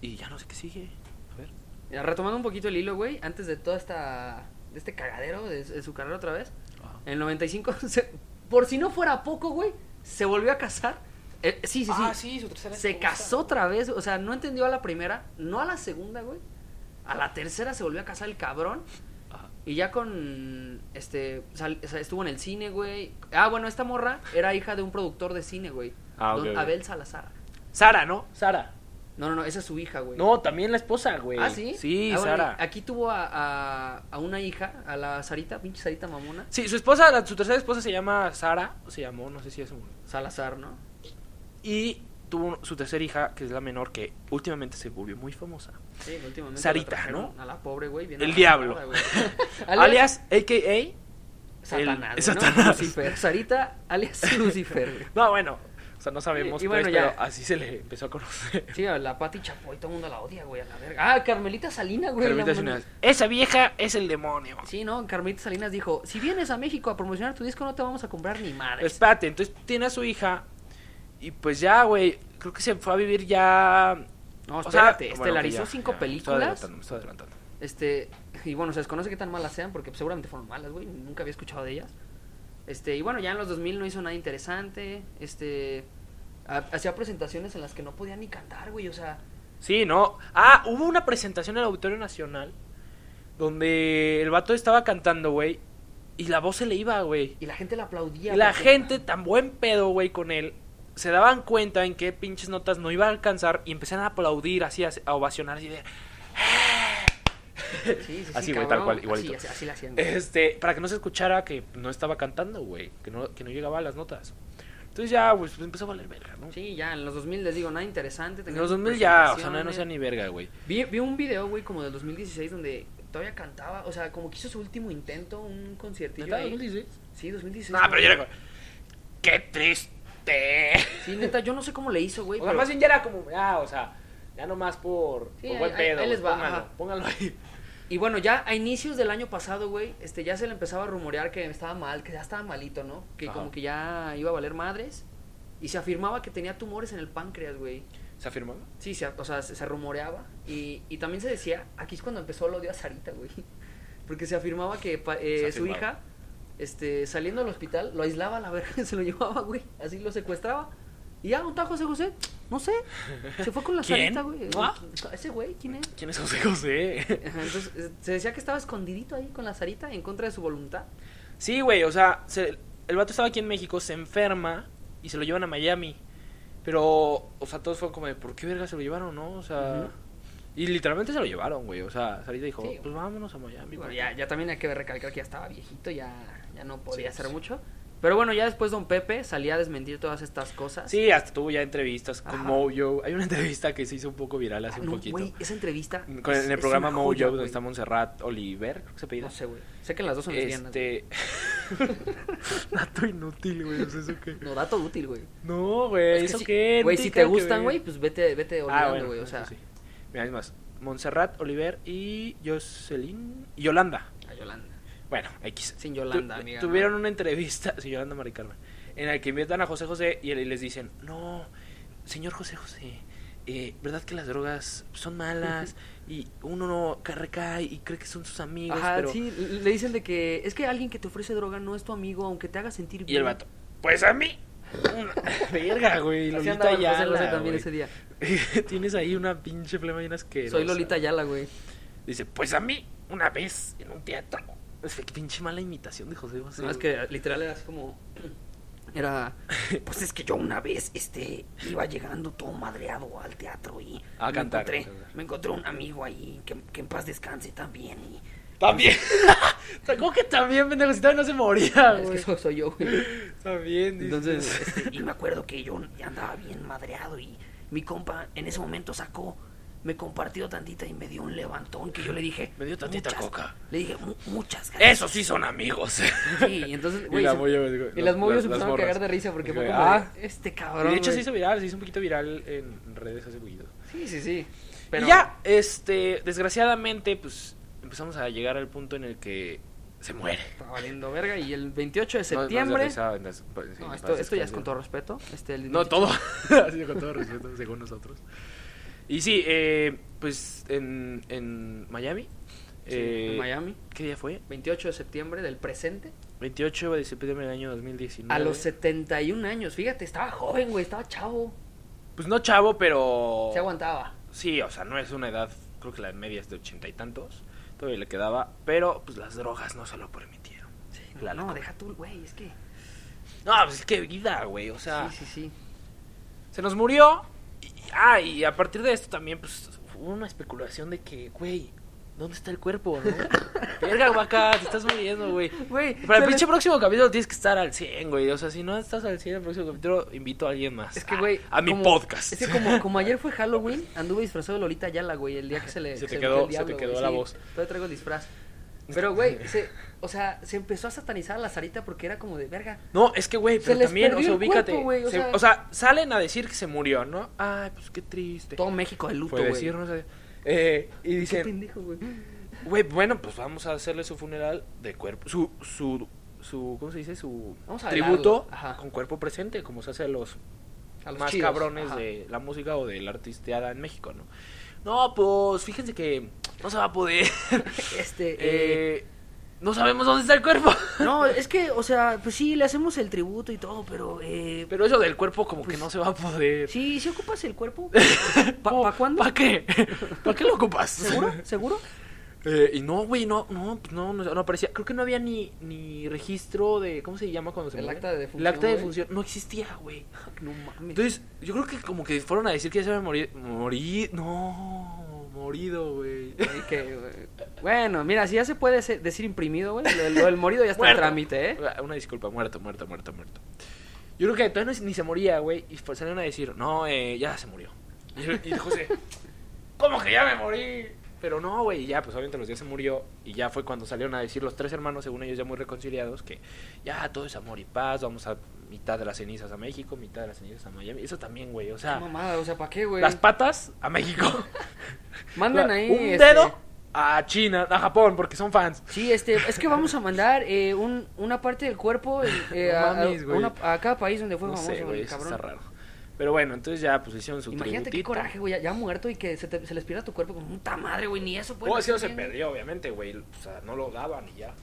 A: Y ya no sé qué sigue. A ver.
B: Mira, retomando un poquito el hilo, güey, antes de toda esta. de este cagadero de, de su carrera otra vez. En el 95, se- por si no fuera poco, güey, se volvió a casar. Eh, sí, sí, sí.
A: Ah, su tercera
B: Se casó otra vez, o sea, no entendió a la primera, no a la segunda, güey. A la tercera se volvió a casar el cabrón. Y ya con. Este. sal- o sea, estuvo en el cine, güey. Ah, bueno, esta morra era hija de un productor de cine, güey.
A: Ah,
B: don
A: ok, ok.
B: Abel Salazar.
A: Sara, ¿no? Sara.
B: No, no, no, esa es su hija, güey.
A: No, también la esposa, güey.
B: Ah, sí.
A: Sí,
B: Ah, bueno,
A: Sara.
B: Aquí tuvo a, a- a una hija, a la Sarita, pinche Sarita mamona.
A: Sí, su esposa, la- su tercera esposa se llama Sara, o se llamó, no sé si es un...
B: Salazar, ¿no?
A: Y tuvo su tercera hija, que es la menor, que últimamente se volvió muy famosa.
B: Sí, últimamente. la
A: Sarita,
B: trajeron
A: ¿no?
B: A la pobre, güey. bien
A: El
B: arrastrada,
A: diablo.
B: güey.
A: Alias, a.k.a.
B: Satanás.
A: El-
B: güey, ¿no?
A: Satanás.
B: Lucifer. Sarita, alias Lucifer, güey.
A: No, bueno, o sea, no sabemos,
B: Y- y
A: pues,
B: bueno, ya.
A: pero así se le empezó a conocer.
B: Sí, a la Pati Chapoy, todo el mundo la odia, güey, a la verga. Ah, Carmelita Salinas, güey.
A: Carmelita
B: la mamá.
A: Salinas, Esa vieja es el demonio.
B: Sí, no, Carmelita Salinas dijo, si vienes a México a promocionar tu disco no te vamos a comprar ni madres.
A: Espérate, entonces tiene a su hija y pues ya, güey, creo que se fue a vir ya...
B: No,
A: o sea,
B: espérate,
A: bueno,
B: estelarizó
A: que ya, ya,
B: cinco
A: me estoy
B: películas.
A: adelantando, me estoy adelantando.
B: Este, y bueno, se desconoce qué tan malas sean, porque pues, seguramente fueron malas, güey. Nunca había escuchado de ellas. Este, y bueno, ya en los 2000 no hizo nada interesante. Este, ha- hacía presentaciones en las que no podía ni cantar, güey. O sea,
A: Sí, no. Ah, hubo una presentación en el Auditorio Nacional donde el vato estaba cantando, güey, y la voz se le iba, güey.
B: y la gente la aplaudía.
A: Y la
B: porque-
A: gente, tan buen pedo, güey, con él, se daban cuenta en qué pinches notas no iba a alcanzar y empezaron a aplaudir, así, a, a ovacionar, así de...
B: Sí, sí, sí,
A: Así, güey,
B: cabrón.
A: tal cual, igualito.
B: Así, así, así la hacían. güey.
A: Este, para que no se escuchara que no estaba cantando, güey, que no, que no llegaba a las notas. Entonces ya, pues empezó a valer verga, ¿no?
B: Sí, ya, en los 2000 les digo, nada interesante.
A: En
B: tenía
A: los
B: sus
A: 2000 ya, o sea, no,
B: presentaciones.
A: no sea ni verga, güey.
B: Vi, vi un video, güey, como del 2016 donde todavía cantaba, o sea, como que hizo su último intento, un conciertillo
A: ¿Neta,
B: ahí.
A: 2016?
B: Sí, 2016.
A: No,
C: ah,
B: güey.
A: pero yo era como... ¡Qué triste!
B: Sí, neta, yo no sé cómo le hizo, güey.
A: O sea,
B: pero-
A: más bien ya era como, ah, o sea, ya nomás por,
B: Sí,
A: por
B: ahí-
A: buen
B: ahí-
A: pedo.
B: ahí les
A: güey,
B: va,
A: pónganlo,
B: ajá.
A: pónganlo ahí.
B: Y bueno, ya a inicios del año pasado, güey, este, ya se le empezaba a rumorear que estaba mal, que ya estaba malito, ¿no? Que
A: Ajá.
B: como que ya iba a valer madres. Y se afirmaba que tenía tumores en el páncreas, güey.
A: ¿Se afirmó?
B: Sí, se, o sea, se, se rumoreaba. Y, y también se decía, aquí es cuando empezó el odio a Sarita, güey. Porque se afirmaba que pa- eh,
A: Se
B: su
A: afirmaba.
B: hija, este, saliendo del hospital, lo aislaba a la verga, se lo llevaba, güey. Así lo secuestraba. Y ya, un tajo José José, no sé. Se fue con la
A: ¿Quién?
B: Sarita, güey.
A: ¿Ah?
B: Ese güey, ¿quién es?
A: ¿Quién es José José?
B: Ajá, Entonces eh, se decía que estaba escondidito ahí con la Sarita en contra de su voluntad.
A: sí, güey, o sea, se- el vato estaba aquí en México, se enferma y se lo llevan a Miami. Pero, o sea, todos fueron como de, ¿por qué verga se lo llevaron, no? O sea...
B: Ujú.
A: Y literalmente se lo llevaron, güey. O sea, Sarita dijo,
B: Sí, güey.
A: pues vámonos a Miami.
B: Y bueno,
A: güey".
B: ya, ya también hay que recalcar que ya estaba viejito, ya, ya no podía
A: Sí,
B: hacer
A: sí.
B: mucho. Pero bueno, ya después don Pepe salía a desmentir todas estas cosas.
A: Sí, hasta tuvo ya entrevistas con
B: Ajá.
A: Mojo. Hay una entrevista que se hizo un poco viral hace
B: Ah,
A: un
B: no,
A: poquito.
B: güey, esa entrevista.
A: Con-
B: es-
A: en el
B: es
A: programa
B: una
A: Mojo,
B: joya,
A: donde
B: güey.
A: está Montserrat Oliver, creo que se apellida.
B: No sé, güey. Sé que las dos son lesbianas. güey.
A: Este. Dato inútil, güey. ¿es eso qué?
B: No, dato útil, güey.
A: No, güey.
B: Es que
A: ¿Eso
B: si-
A: qué? No
B: Güey, si
A: tiene
B: te
A: nada que
B: gustan,
A: ver.
B: güey, pues vete, vete
A: Ah,
B: olvidando,
A: bueno,
B: güey. O
A: eso
B: sea,
A: sí. Mira, es más. Montserrat, Oliver y Jocelyn. Y Yolanda.
B: a Yolanda.
A: Bueno, X.
B: Sin Yolanda,
A: Tu-
B: amiga,
A: Tuvieron
B: no.
A: una entrevista. Sí, Yolanda Mari Carmen, En la que invitan a José José y le- les dicen: No, señor José José. eh, ¿Verdad que las drogas son malas? Y uno no ca- recae y cree que son sus amigos.
B: Ajá,
A: pero...
B: sí, le dicen de que es que alguien que te ofrece droga no es tu amigo, aunque te haga sentir bien.
A: Y el vato, pues a mí. Una- Verga, güey.
B: Así
A: Lolita
B: andaba el José José
A: Ayala.
B: también
A: güey.
B: ese día.
A: Tienes ahí una pinche flema y unas que.
B: Soy Lolita Ayala, güey.
A: Dice, pues a mí, una vez en un teatro. Es que pinche mala imitación de José José.
B: No, es
A: güey.
B: que literal era así como. Era. Pues es que yo una vez este, iba llegando todo madreado al teatro y.
A: A
B: me
A: cantar,
B: Encontré,
A: a cantar.
B: me encontré un amigo ahí que, que en paz descanse también. Y,
A: También. ¿Cómo que también, pendejo? Si todavía no se moría,
B: es que
A: güey.
B: eso soy yo, Ah, güey.
A: También, dice.
B: Entonces. este, y me acuerdo que yo ya andaba bien madreado y mi compa en ese momento sacó. Me compartió tantita y me dio un levantón que yo le dije.
A: Me dio tantita
B: "Muchas-"
A: coca.
B: Le dije, "Mu- muchas gracias.
A: Esos sí son amigos.
B: Sí, y entonces, güey.
A: la
B: se-
A: Moyo, digo,
B: y las
A: las- las-
B: movios se
A: las
B: empezaron a
A: morras.
B: cagar de risa porque fue
A: Dije,
B: como, de,
A: "Ah".
B: este
A: Y
B: cabrón.
A: de hecho se
B: güey".
A: hizo viral, se hizo un poquito viral en redes hace poquito.
B: Sí, sí, sí. Pero
A: Y ya, este, desgraciadamente, pues empezamos a llegar al punto en el que se muere.
B: Está valiendo verga. Y el 28
A: No- no
B: de
A: es de
B: septiembre.
A: risa, en las- pues, sí,
B: No,
A: en
B: esto,
A: paz
B: esto ya es
A: descanse.
B: con todo respeto. Este, el
A: No,
B: 28
A: todo. Así, con todo respeto, según nosotros. Y sí, eh, pues en, en Miami.
B: sí,
A: eh,
B: en Miami.
A: ¿Qué día fue?
B: 28 de septiembre del presente.
A: 28 de septiembre del año 2019.
B: A los 71 años. Fíjate, estaba joven, güey. Estaba chavo.
A: Pues no chavo, pero.
B: Se aguantaba.
A: Sí, o sea, no es una edad. Creo que la media es de ochenta y tantos. Todavía le quedaba. Pero pues las drogas no se lo permitieron.
B: Sí, no,
A: La
B: no,
A: locura.
B: deja tú, güey. Es que.
A: No, pues es que vida, güey. O sea,
B: Sí, sí, sí.
A: se nos murió. Y, y- ah, y a partir de esto también, pues hubo una especulación de que, güey, ¿dónde está el cuerpo, no? Verga, vaca, te estás muriendo, güey.
B: Güey,
A: Para el
B: se
A: pinche
B: les-
A: próximo capítulo tienes que estar al 100, güey. O sea, si no estás al 100 el próximo capítulo, invito a alguien más.
B: Es que,
A: a-
B: güey.
A: A, mi
B: como-
A: podcast.
B: Es que, como, como ayer fue Halloween, anduve disfrazado de Lolita Yala, güey. El día que se le.
A: Se
B: que
A: te
B: metió
A: quedó-
B: el
A: se te
B: diablo,
A: quedó
B: güey,
A: la
B: sí.
A: voz.
B: Todavía traigo el disfraz. Pero, güey, se- o sea, se empezó a satanizar a la Sarita porque era como de verga.
A: No, es que, güey,
B: Se
A: pero
B: les
A: también, o
B: perdió
A: sea,
B: el
A: ubícate.
B: cuerpo, güey, o
A: se-
B: sea-
A: o sea, salen a decir que se murió, ¿no? Ay, pues qué triste.
B: Todo México de luto,
A: Fue
B: güey.
A: decir, no sé. Eh, y
B: Qué
A: dicen,
B: pendejo, güey.
A: güey, bueno, pues vamos a hacerle su funeral de cuerpo. Su, su, su ¿cómo se dice? Su
B: Vamos a
A: tributo
B: velarlo, ajá.
A: con cuerpo presente, como se hace a los
B: A los
A: más
B: chidos,
A: cabrones
B: ajá.
A: de la música o de la artisteada en México, ¿no? No, pues fíjense que no se va a poder.
B: Este, eh,
A: Eh, no sabemos dónde está el cuerpo.
B: No, es que, o sea, pues sí, le hacemos el tributo y todo, pero, eh,
A: Pero eso del cuerpo como que no se va a poder.
B: Pues, sí, si ocupas el cuerpo, ¿para
A: ¿Para
B: cuándo?
A: ¿Para qué? ¿Para qué lo ocupas?
B: ¿Seguro? ¿Seguro?
A: Eh, y no, güey, no, no, pues, no, no, no aparecía. Creo que no había ni, ni registro de. ¿Cómo se llama cuando se
B: El
A: muere?
B: acta de
A: El
B: defunción,
A: acta de
B: güey.
A: defunción. No existía, güey.
B: No mames.
A: Entonces, yo creo que como que fueron a decir que ya se había morido. Morir. No, morido, güey.
B: Ay, que, eh, bueno, mira, si ya se puede se- decir imprimido, güey, lo, lo del morido ya está en
A: Muerto. Ah,
B: trámite, ¿eh?
A: Una disculpa, muerto, muerto, muerto, muerto. Yo creo que todavía no- ni se moría, güey. Y fue- salieron a decir, no, eh, ya se murió. Y, y José, ¿cómo que ya me morí? Pero no, güey, y ya, pues obviamente los días se murió. Y ya fue cuando salieron a decir los tres hermanos, según ellos ya muy reconciliados, que ya todo es amor y paz. Vamos a mitad de las cenizas a México, mitad de las cenizas a Miami. Eso también, güey, o sea,
B: Mamada, o sea, ¿para qué, güey?
A: las patas a México.
B: Mandan ahí.
A: Un
B: este,
A: dedo a China, a Japón, porque son fans.
B: Sí, este, es que vamos a mandar eh, un, una parte del cuerpo eh,
A: No
B: a, a-
A: mames, güey.
B: una- a cada país donde fue
A: no
B: famoso,
A: sé,
B: el
A: güey, eso
B: cabrón.
A: está raro. Pero bueno, entonces ya pues hicieron su
B: Imagínate qué
A: tributito.
B: coraje, güey, ya, ya muerto y que se, te- se les pierda tu cuerpo como puta madre, güey, ni eso puede
A: Oh, sí, no se perdió, obviamente, güey. O sea, no lo daban y ya.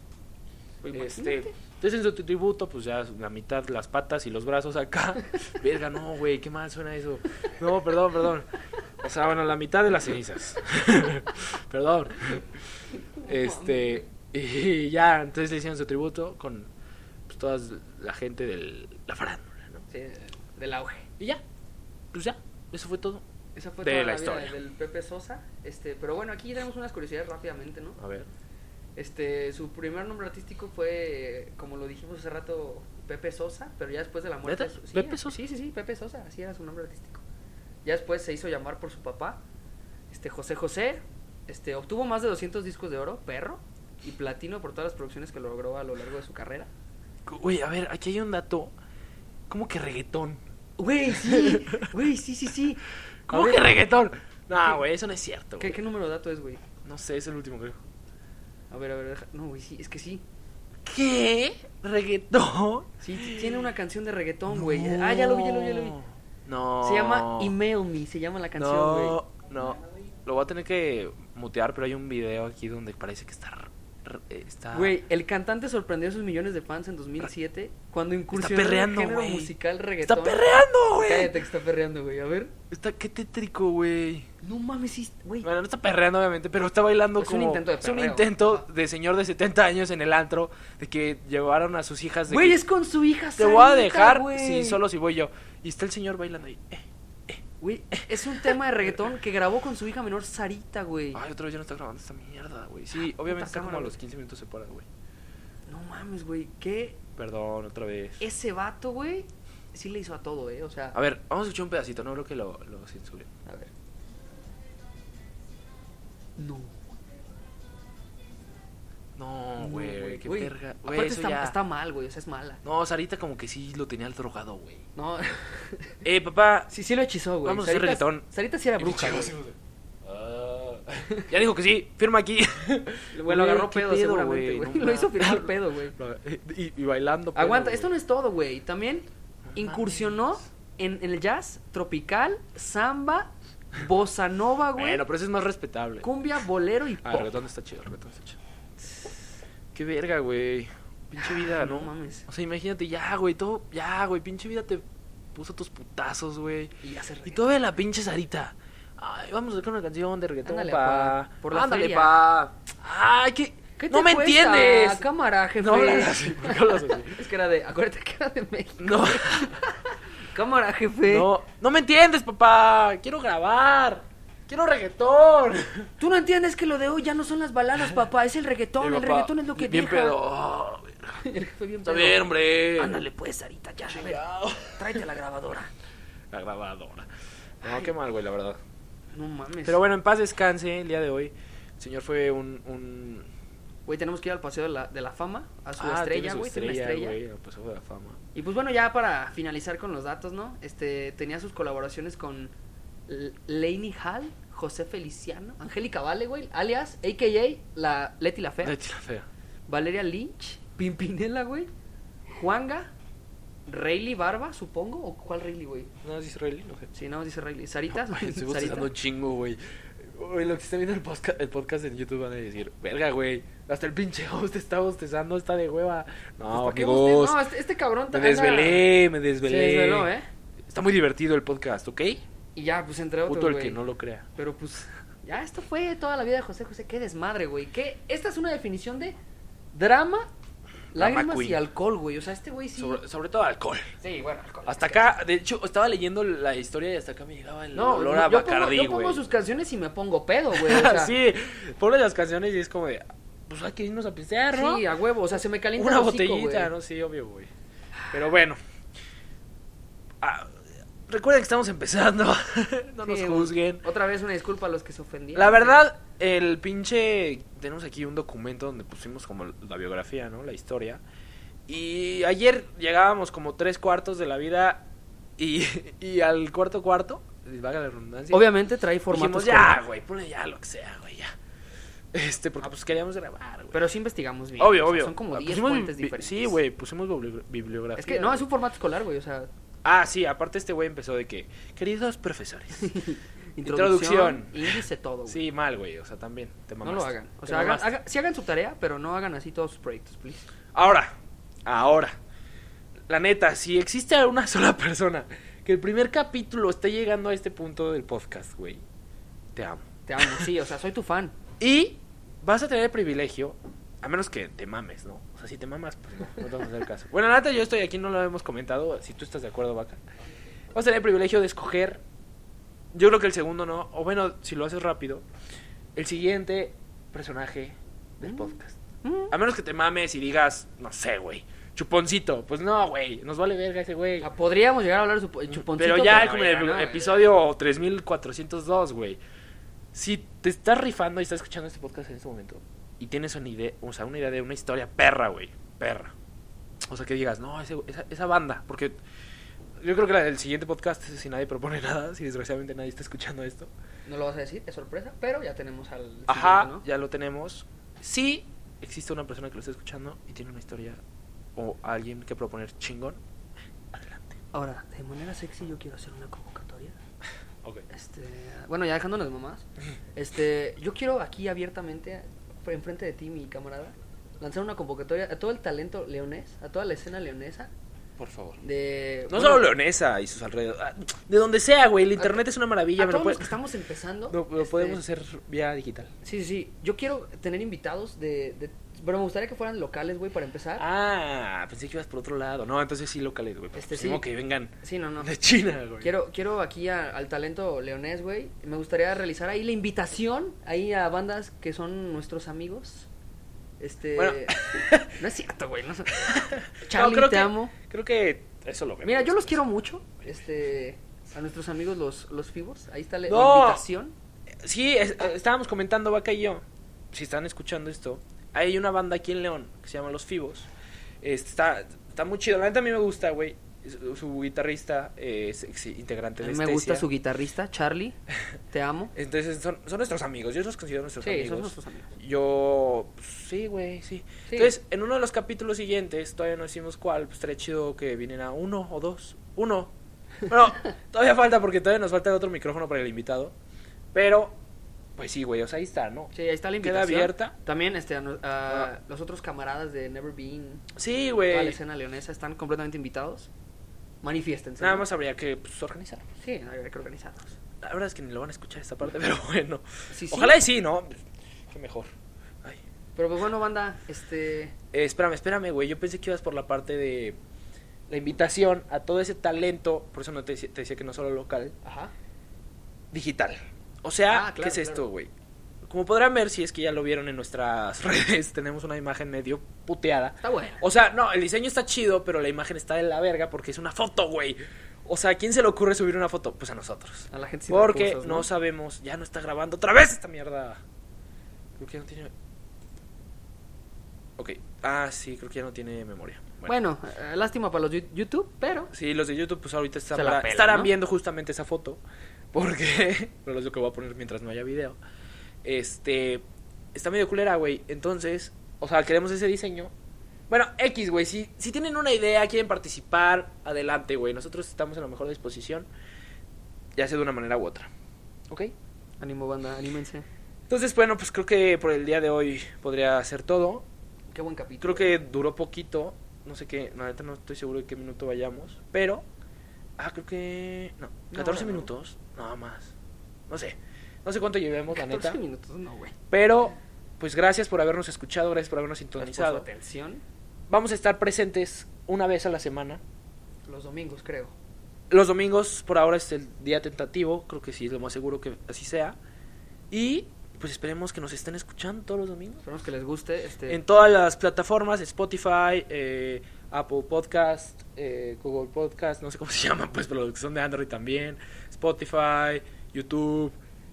A: Este, entonces en su tributo, pues ya la mitad, las patas y los brazos acá. Verga, no, güey, qué mal suena eso. No, perdón, perdón. O sea, bueno, la mitad de las cenizas. perdón. Este, y ya, entonces le hicieron su tributo con pues, toda la gente de la farándula, ¿no?
B: Sí, del auge.
A: Y ya, pues ya, eso fue todo.
B: Esa fue
A: De
B: toda
A: la
B: la, vida
A: historia.
B: del Pepe Sosa. Este, pero bueno, aquí tenemos unas curiosidades rápidamente, ¿no?
A: A ver.
B: Este, su primer nombre artístico fue, como lo dijimos hace rato, Pepe Sosa, pero ya después de la muerte.
A: ¿Neta?
B: de su- sí,
A: ¿Pepe Sosa?
B: Sí, sí, sí, Pepe Sosa, así era su nombre artístico. Ya después se hizo llamar por su papá, este José José, este obtuvo más de 200 discos de oro, perro y platino por todas las producciones que logró a lo largo de su carrera.
A: Güey, a ver, aquí hay un dato. ¿Cómo que reggaetón?
B: Güey, sí, güey, sí, sí, sí.
A: ¿Cómo que reggaetón? No, güey, eso no es cierto.
B: ¿Qué,
A: güey.
B: qué número de dato es, güey?
A: No sé, es el último creo.
B: A ver, a ver, deja- no, güey, sí, es que sí.
A: ¿Qué? ¿Reggaetón?
B: Sí, t- tiene una canción de reggaetón, güey. Ah, ya lo vi, ya lo vi, ya lo vi.
A: No.
B: Se llama Email Me, se llama la canción, güey.
A: No, no. Lo voy a tener que mutear, pero hay un video aquí donde parece que está. r- r- eh, Está.
B: Güey, el cantante sorprendió a sus millones de fans en 2007 cuando incursionó en el
A: perreando,
B: género
A: güey.
B: musical reggaetón.
A: Está perreando, güey.
B: Cállate que está perreando, güey. A ver.
A: Está, qué tétrico, güey.
B: No mames, sí, güey.
A: Bueno, no está perreando, obviamente, pero está bailando
B: Es un
A: como.
B: intento de
A: es un
B: perreo.
A: intento de señor de 70 años en el antro de que llevaron a sus hijas de.
B: Güey,
A: que-
B: es con su hija
A: Te voy a
B: Sarita,
A: dejar
B: güey.
A: si solo si voy yo. Y está el señor bailando ahí. Eh,
B: Güey, es un tema de reggaetón que grabó con su hija menor Sarita, güey.
A: Ay, otra vez ya no está grabando esta mierda, güey. Sí, obviamente está
B: cámara,
A: como a
B: güey.
A: los 15 minutos se para, güey.
B: No mames, güey. Que
A: Perdón, otra vez.
B: ese vato, güey, sí le hizo a todo, eh. O sea,
A: A ver, vamos a escuchar un pedacito, no creo que lo, lo censuren.
B: a ver. No.
A: No,
B: No,
A: güey, qué
B: Güey,
A: verga. Güey,
B: Aparte
A: eso
B: está,
A: ya-
B: está mal, güey. O sea, es mala.
A: No, Sarita como que sí lo tenía al drogado, güey.
B: No.
A: Eh, papá.
B: Sí, sí lo hechizó, güey.
A: Vamos a hacer
B: Sarita-
A: reggaetón.
B: Sarita sí era bruja. güey.
A: Ah. Ya dijo que sí, firma aquí.
B: Güey, lo
A: Güey,
B: agarró
A: qué
B: pedo,
A: pedo,
B: seguramente,
A: güey,
B: güey.
A: no
B: lo hizo
A: mames.
B: firmar pedo, güey.
A: y, y bailando. pedo,
B: Aguanta,
A: güey.
B: esto no es todo, güey. También incursionó en, en el jazz tropical, samba, bossa nova, güey.
A: Bueno, pero eso es más respetable.
B: Cumbia, bolero y
A: Ah,
B: pop.
A: el reggaetón está chido, el reggaetón está chido. Qué verga, güey. Pinche vida, ¿no?
B: no mames.
A: O sea, imagínate, ya, güey, todo, ya, güey, pinche vida te puso tus putazos, güey.
B: Y hace
A: Y
B: reggaetón.
A: todavía la pinche Sarita. Ay, vamos a sacar una canción de reggaetón,
B: Ándale,
A: pa.
B: pa. Por la
A: Ándale,
B: feria.
A: pa. Ay, que.
B: ¿Qué
A: no
B: te
A: me
B: cuesta,
A: entiendes.
B: cámara, jefe?
A: No hablas así, ¿por qué hablas así?
B: Es que era de. Acuérdate que era de México.
A: No,
B: Cámara, jefe.
A: no, no me entiendes, papá. Quiero grabar. Quiero reggaetón.
B: Tú no entiendes que lo de hoy ya no son las baladas, papá. Es el reggaetón.
A: Mi
B: el
A: papá,
B: reggaetón es lo que
A: Bien
B: deja.
A: pedo. Oh,
B: El jefe bien
A: Está
B: pedo.
A: bien, hombre.
B: Ándale, pues, Sarita, ya. a ver, tráete la grabadora.
A: La grabadora. No, qué mal, güey, la verdad.
B: No mames.
A: Pero bueno, en paz descanse el día de hoy. El señor fue un... un...
B: Güey, tenemos que ir al Paseo de la, de la Fama, a su
A: Ah, tiene
B: estrella,
A: su
B: güey, tiene una
A: estrella,
B: estrella.
A: güey, pues fue la fama.
B: Y pues bueno, ya para finalizar con los datos, ¿no? Este, tenía sus colaboraciones con L- Lainey Hall, José Feliciano, Angélica Vale, güey, alias, a.k.a. la Leti la Fea,
A: Ay, tira fea.
B: Valeria Lynch, Pimpinela, güey, Juanga, Rayleigh Barba, supongo, o cuál Rayleigh, güey.
A: No, es israelí, no sé.
B: Sí, no, dice Rayleigh. Sarita,
A: Estoy
B: Sarita.
A: bostezando un chingo, güey. Güey, lo que está viendo el podcast, el podcast en YouTube van a decir, verga, güey, hasta el pinche host está bostezando, está de hueva. No,
B: Pues, ¿Para qué
A: amigos,
B: boste- No, este, este cabrón
A: Ah, me
B: anda-
A: desvelé, me
B: Se
A: desvelé.
B: desveló, ¿eh?
A: Está muy divertido el podcast, ¿ok?
B: Y ya, pues entre otros,
A: Puto el
B: güey.
A: que no lo crea.
B: Pero pues, ya esto fue toda la vida de José José. Qué desmadre, güey. ¿Qué? Esta es una definición de drama, lágrimas
A: queen.
B: y alcohol, güey. O sea, este güey sí.
A: Sobre, sobre todo alcohol.
B: Sí, bueno, alcohol.
A: Hasta acá, de hecho, estaba leyendo la historia y hasta acá me llegaba el
B: No,
A: olor
B: yo-
A: a
B: yo, pongo,
A: Bacardí,
B: yo
A: güey.
B: pongo sus canciones y me pongo pedo, güey. O sea,
A: sí, pobre las canciones y es como de, pues hay que irnos a pistear, ¿no?
B: sí, a huevo. O sea, se me calienta
A: Una
B: el hocico,
A: botellita,
B: güey.
A: ¿no? Sí, obvio, güey. Pero bueno. Ah, recuerden que estamos empezando. no nos
B: Sí, güey.
A: juzguen.
B: Otra vez una disculpa a los que se ofendieron.
A: La verdad, el pinche... Tenemos aquí un documento donde pusimos como la biografía, ¿no? La historia. Y ayer llegábamos como tres cuartos de la vida y, y al cuarto cuarto, vaga la redundancia.
B: Obviamente trae formatos.
A: Dijimos, ya,
B: cortos,
A: güey, ponle ya lo que sea, güey, ya. Este, porque pues queríamos grabar, güey.
B: Pero sí investigamos bien.
A: obvio,
B: o sea,
A: obvio.
B: Son como
A: Ah,
B: 10
A: pusimos
B: fuentes
A: bi-
B: diferentes.
A: Sí, güey, pusimos bibli- bibliografía.
B: Es que no,
A: güey.
B: es un formato escolar, güey. O sea,
A: Ah, sí, aparte este güey empezó de que, queridos profesores. Introducción.
B: introducción, índice, todo, güey.
A: sí, mal, güey, o sea, también, te
B: No
A: mamaste.
B: lo hagan. O
A: Te
B: sea, hagan,
A: mamaste.
B: haga- sí hagan su tarea, pero no hagan así todos sus proyectos, please.
A: Ahora, ahora, la neta, si existe una sola persona que el primer capítulo esté llegando a este punto del podcast, güey, te amo.
B: Te amo, sí, o sea, soy tu fan.
A: Y vas a tener el privilegio, a menos que te mames, ¿no? O sea, si te mamas, pues no, no te vamos a hacer caso. Bueno, la neta, yo estoy aquí, no lo hemos comentado, si tú estás de acuerdo, vaca. Vas a tener el privilegio de escoger, yo creo que el segundo no, o bueno, si lo haces rápido, el siguiente personaje del
B: Mm.
A: podcast.
B: Mm.
A: A menos que te mames y digas, no sé, güey, chuponcito. Pues no, güey, nos vale verga ese güey.
B: Ah, Podríamos llegar a hablar de su po- chuponcito.
A: Mm, Pero ya
B: pero
A: como
B: no,
A: en el
B: no,
A: episodio 3402, güey. Si te estás rifando y estás escuchando este podcast en este momento y tienes una idea, o sea, una idea de una historia perra, güey, perra. O sea, que digas, no, ese- esa, esa banda, porque yo creo que la del siguiente podcast, si nadie propone nada, si desgraciadamente nadie está escuchando esto,
B: No lo vas a decir, es sorpresa, pero ya tenemos al.
A: Ajá,
B: siguiente,
A: ya lo tenemos. Si existe una persona que lo está escuchando y tiene una historia o alguien que proponer chingón, adelante.
B: ¿no? Ahora, de manera sexy, yo quiero hacer una convocatoria.
A: Ok.
B: Este, bueno, ya dejándonos de mamás. Este, yo quiero aquí abiertamente, enfrente de ti, mi camarada, lanzar una convocatoria a todo el talento leonés, a toda la escena leonesa.
A: Por favor. No
B: De, bueno,
A: solo Leonesa y sus alrededores. ah, De donde sea, güey. El internet es una maravilla.
B: A
A: pero
B: todos
A: puede-
B: los que estamos empezando.
A: lo, lo
B: este,
A: podemos hacer vía digital.
B: Sí, sí, sí. Yo quiero tener invitados de. de- pero me gustaría que fueran locales, güey, para empezar.
A: Ah, pensé que ibas por otro lado. No, entonces sí locales, güey.
B: Este,
A: Este
B: sí.
A: que vengan
B: Sí, no, no.
A: de China, güey.
B: Quiero, quiero aquí a- al talento leonés, güey. Me gustaría realizar ahí la invitación ahí a bandas que son nuestros amigos. Este.
A: Bueno.
B: no es cierto, güey. No, sé.
A: No,
B: Charlie,
A: creo
B: te
A: que-
B: amo.
A: Creo que eso lo vemos.
B: Mira, yo los quiero mucho. Este. A nuestros amigos los, los Fibos. Ahí está la la
A: No.
B: invitación.
A: Sí, es- eh, estábamos comentando Vaca y yo, si están escuchando esto, hay una banda aquí en León que se llama Los Fibos. Este, está, está muy chido, la neta a mí me gusta, güey. su, su guitarrista eh, es ex- integrante
B: A
A: de
B: mí me gusta
A: Estesia.
B: su guitarrista, Charlie. Te amo.
A: Entonces son, son nuestros amigos, yo los considero nuestros
B: Sí,
A: amigos.
B: son nuestros amigos.
A: Yo, pues, sí, güey, sí.
B: Sí.
A: Entonces, en uno de los capítulos siguientes, todavía no decimos cuál, pues estaría chido que vienen a uno o dos. Uno. Bueno, todavía falta porque todavía nos falta otro micrófono para el invitado. Pero, pues sí, güey, o sea, ahí está, ¿no?
B: Sí, ahí está la
A: Queda
B: invitación.
A: abierta. Ah.
B: También este, a, no- a los otros camaradas de Never Been,
A: Sí,
B: toda la
A: güey.
B: escena leonesa, están completamente invitados. Manifiéstense.
A: Nada
B: ¿no?
A: más habría que pues, organizar.
B: Sí, hay que organizarnos.
A: La verdad es que ni lo van a escuchar esta parte, pero bueno.
B: Sí, sí.
A: Ojalá y sí, ¿no? Qué mejor. Ay.
B: Pero pues bueno, banda, este...
A: Eh, espérame, espérame, güey. Yo pensé que ibas por la parte de la invitación a todo ese talento. Por eso no te, decía- te decía que no solo local,
B: Ajá.
A: digital. O sea,
B: Ah, claro,
A: ¿qué es
B: claro.
A: esto, güey? Como podrán ver, si es que ya lo vieron en nuestras redes, tenemos una imagen medio puteada.
B: Está buena.
A: O sea, no, el diseño está chido, pero la imagen está de la verga porque es una foto, güey. O sea, ¿a quién se le ocurre subir una foto? Pues a nosotros.
B: A la gente sin
A: Porque
B: Ah, recursos,
A: ¿no? sabemos, ya no está grabando otra vez esta mierda. Creo que ya no tiene. Ok. Ah, sí, creo que ya no tiene memoria. Bueno.
B: Bueno, eh, lástima para los yu- YouTube, pero...
A: Sí, los de YouTube, pues ahorita
B: Se la
A: estará-
B: pelan,
A: estarán
B: ¿no?
A: viendo justamente esa foto. Porque. Pero es lo que voy a poner mientras no haya video. Este. Está medio culera, güey. Entonces. O sea, queremos ese diseño. Bueno, X, güey. Si, si tienen una idea, quieren participar, adelante, güey. Nosotros estamos en la mejor disposición. Ya sea de una manera u otra. ¿Ok?
B: Ánimo, banda, anímense.
A: Entonces, bueno, pues creo que por el día de hoy podría ser todo.
B: Qué buen capítulo.
A: Creo que duró poquito. No sé qué, la neta no estoy seguro de qué minuto vayamos. Pero, ah, creo que. No,
B: Una
A: 14
B: hora, ¿no?
A: minutos, nada más. No sé. No sé cuánto llevemos, la
B: 14
A: neta.
B: minutos, no, güey.
A: Pero, pues gracias por habernos escuchado, gracias por habernos
B: Gracias por su
A: sintonizado.
B: atención.
A: Vamos a estar presentes una vez a la semana.
B: Los domingos, creo.
A: Los domingos, por ahora, es el día tentativo. Creo que sí, es lo más seguro que así sea. Y, pues esperemos que nos estén escuchando todos los domingos.
B: Esperemos que les guste. Este...
A: En todas las plataformas, Spotify, eh, Apple Podcast, eh, Google Podcast, no sé cómo se llama, pues, pero los que son de Android también, Spotify, YouTube,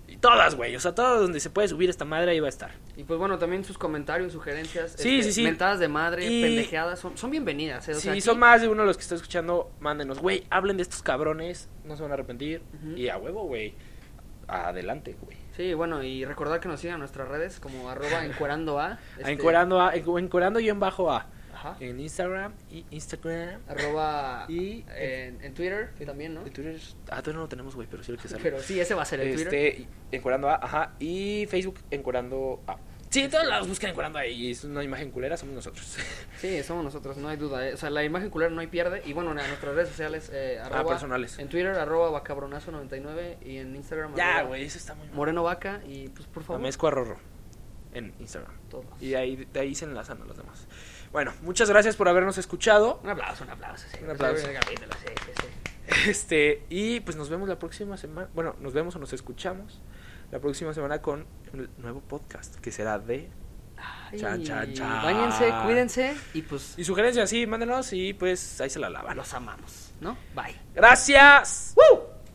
A: y todas, güey. O sea, todas donde se puede subir esta madre ahí va a estar.
B: Y pues bueno, también sus comentarios, sugerencias,
A: Sí,
B: este,
A: sí, sí.
B: mentadas de madre,
A: Y-
B: pendejeadas, son, son bienvenidas. ¿eh? O sea,
A: si
B: aquí-
A: son más de uno de los que está escuchando, mándenos, güey, hablen de estos cabrones, no se van a arrepentir.
B: Ujú.
A: Y a huevo, güey. Adelante, güey.
B: Sí, bueno, y recordar que nos sigan en nuestras redes como arroba encuerando a.
A: A
B: este,
A: Encuerando, a, encuerando y en bajo a.
B: Ajá.
A: En Instagram y Instagram.
B: Arroba
A: Y-
B: en, en Twitter también, Ah, eh, ¿no?
A: En Twitter. Ah, todavía no lo tenemos, güey, pero sí lo que sale.
B: Pero sí, ese va a ser el Twitter.
A: Este, Encuerando A, ajá, y Facebook Encuerando A. Sí, en todos lados buscan Encuerando A y es una imagen culera, somos nosotros.
B: Sí, somos nosotros, no hay duda. eh. O sea, la imagen culera no hay pierde. Y bueno, en nuestras redes sociales, eh, arroba-
A: Ah, personales.
B: En Twitter, arroba vacabronazo99 y en Instagram,
A: ya,
B: arroba
A: güey, eso está muy mal.
B: Moreno Vaca. Y pues por favor,
A: Amezco a Rorro en Instagram.
B: todo.
A: Y de ahí, de ahí se enlazan a los demás. Bueno, muchas gracias por habernos escuchado.
B: Un aplauso, un aplauso. sí.
A: Un aplauso.
B: Sí, capítulo, sí, sí, sí.
A: Este, y pues nos vemos la próxima semana. Bueno, nos vemos o nos escuchamos la próxima semana con el nuevo podcast que será de.
B: Ay,
A: Chan, chan, chan.
B: Báñense, cuídense y pues
A: Y sugerencias, sí, mándenos y pues ahí se la lavan.
B: los amamos, ¿no? Bye.
A: Gracias. ¡Woo!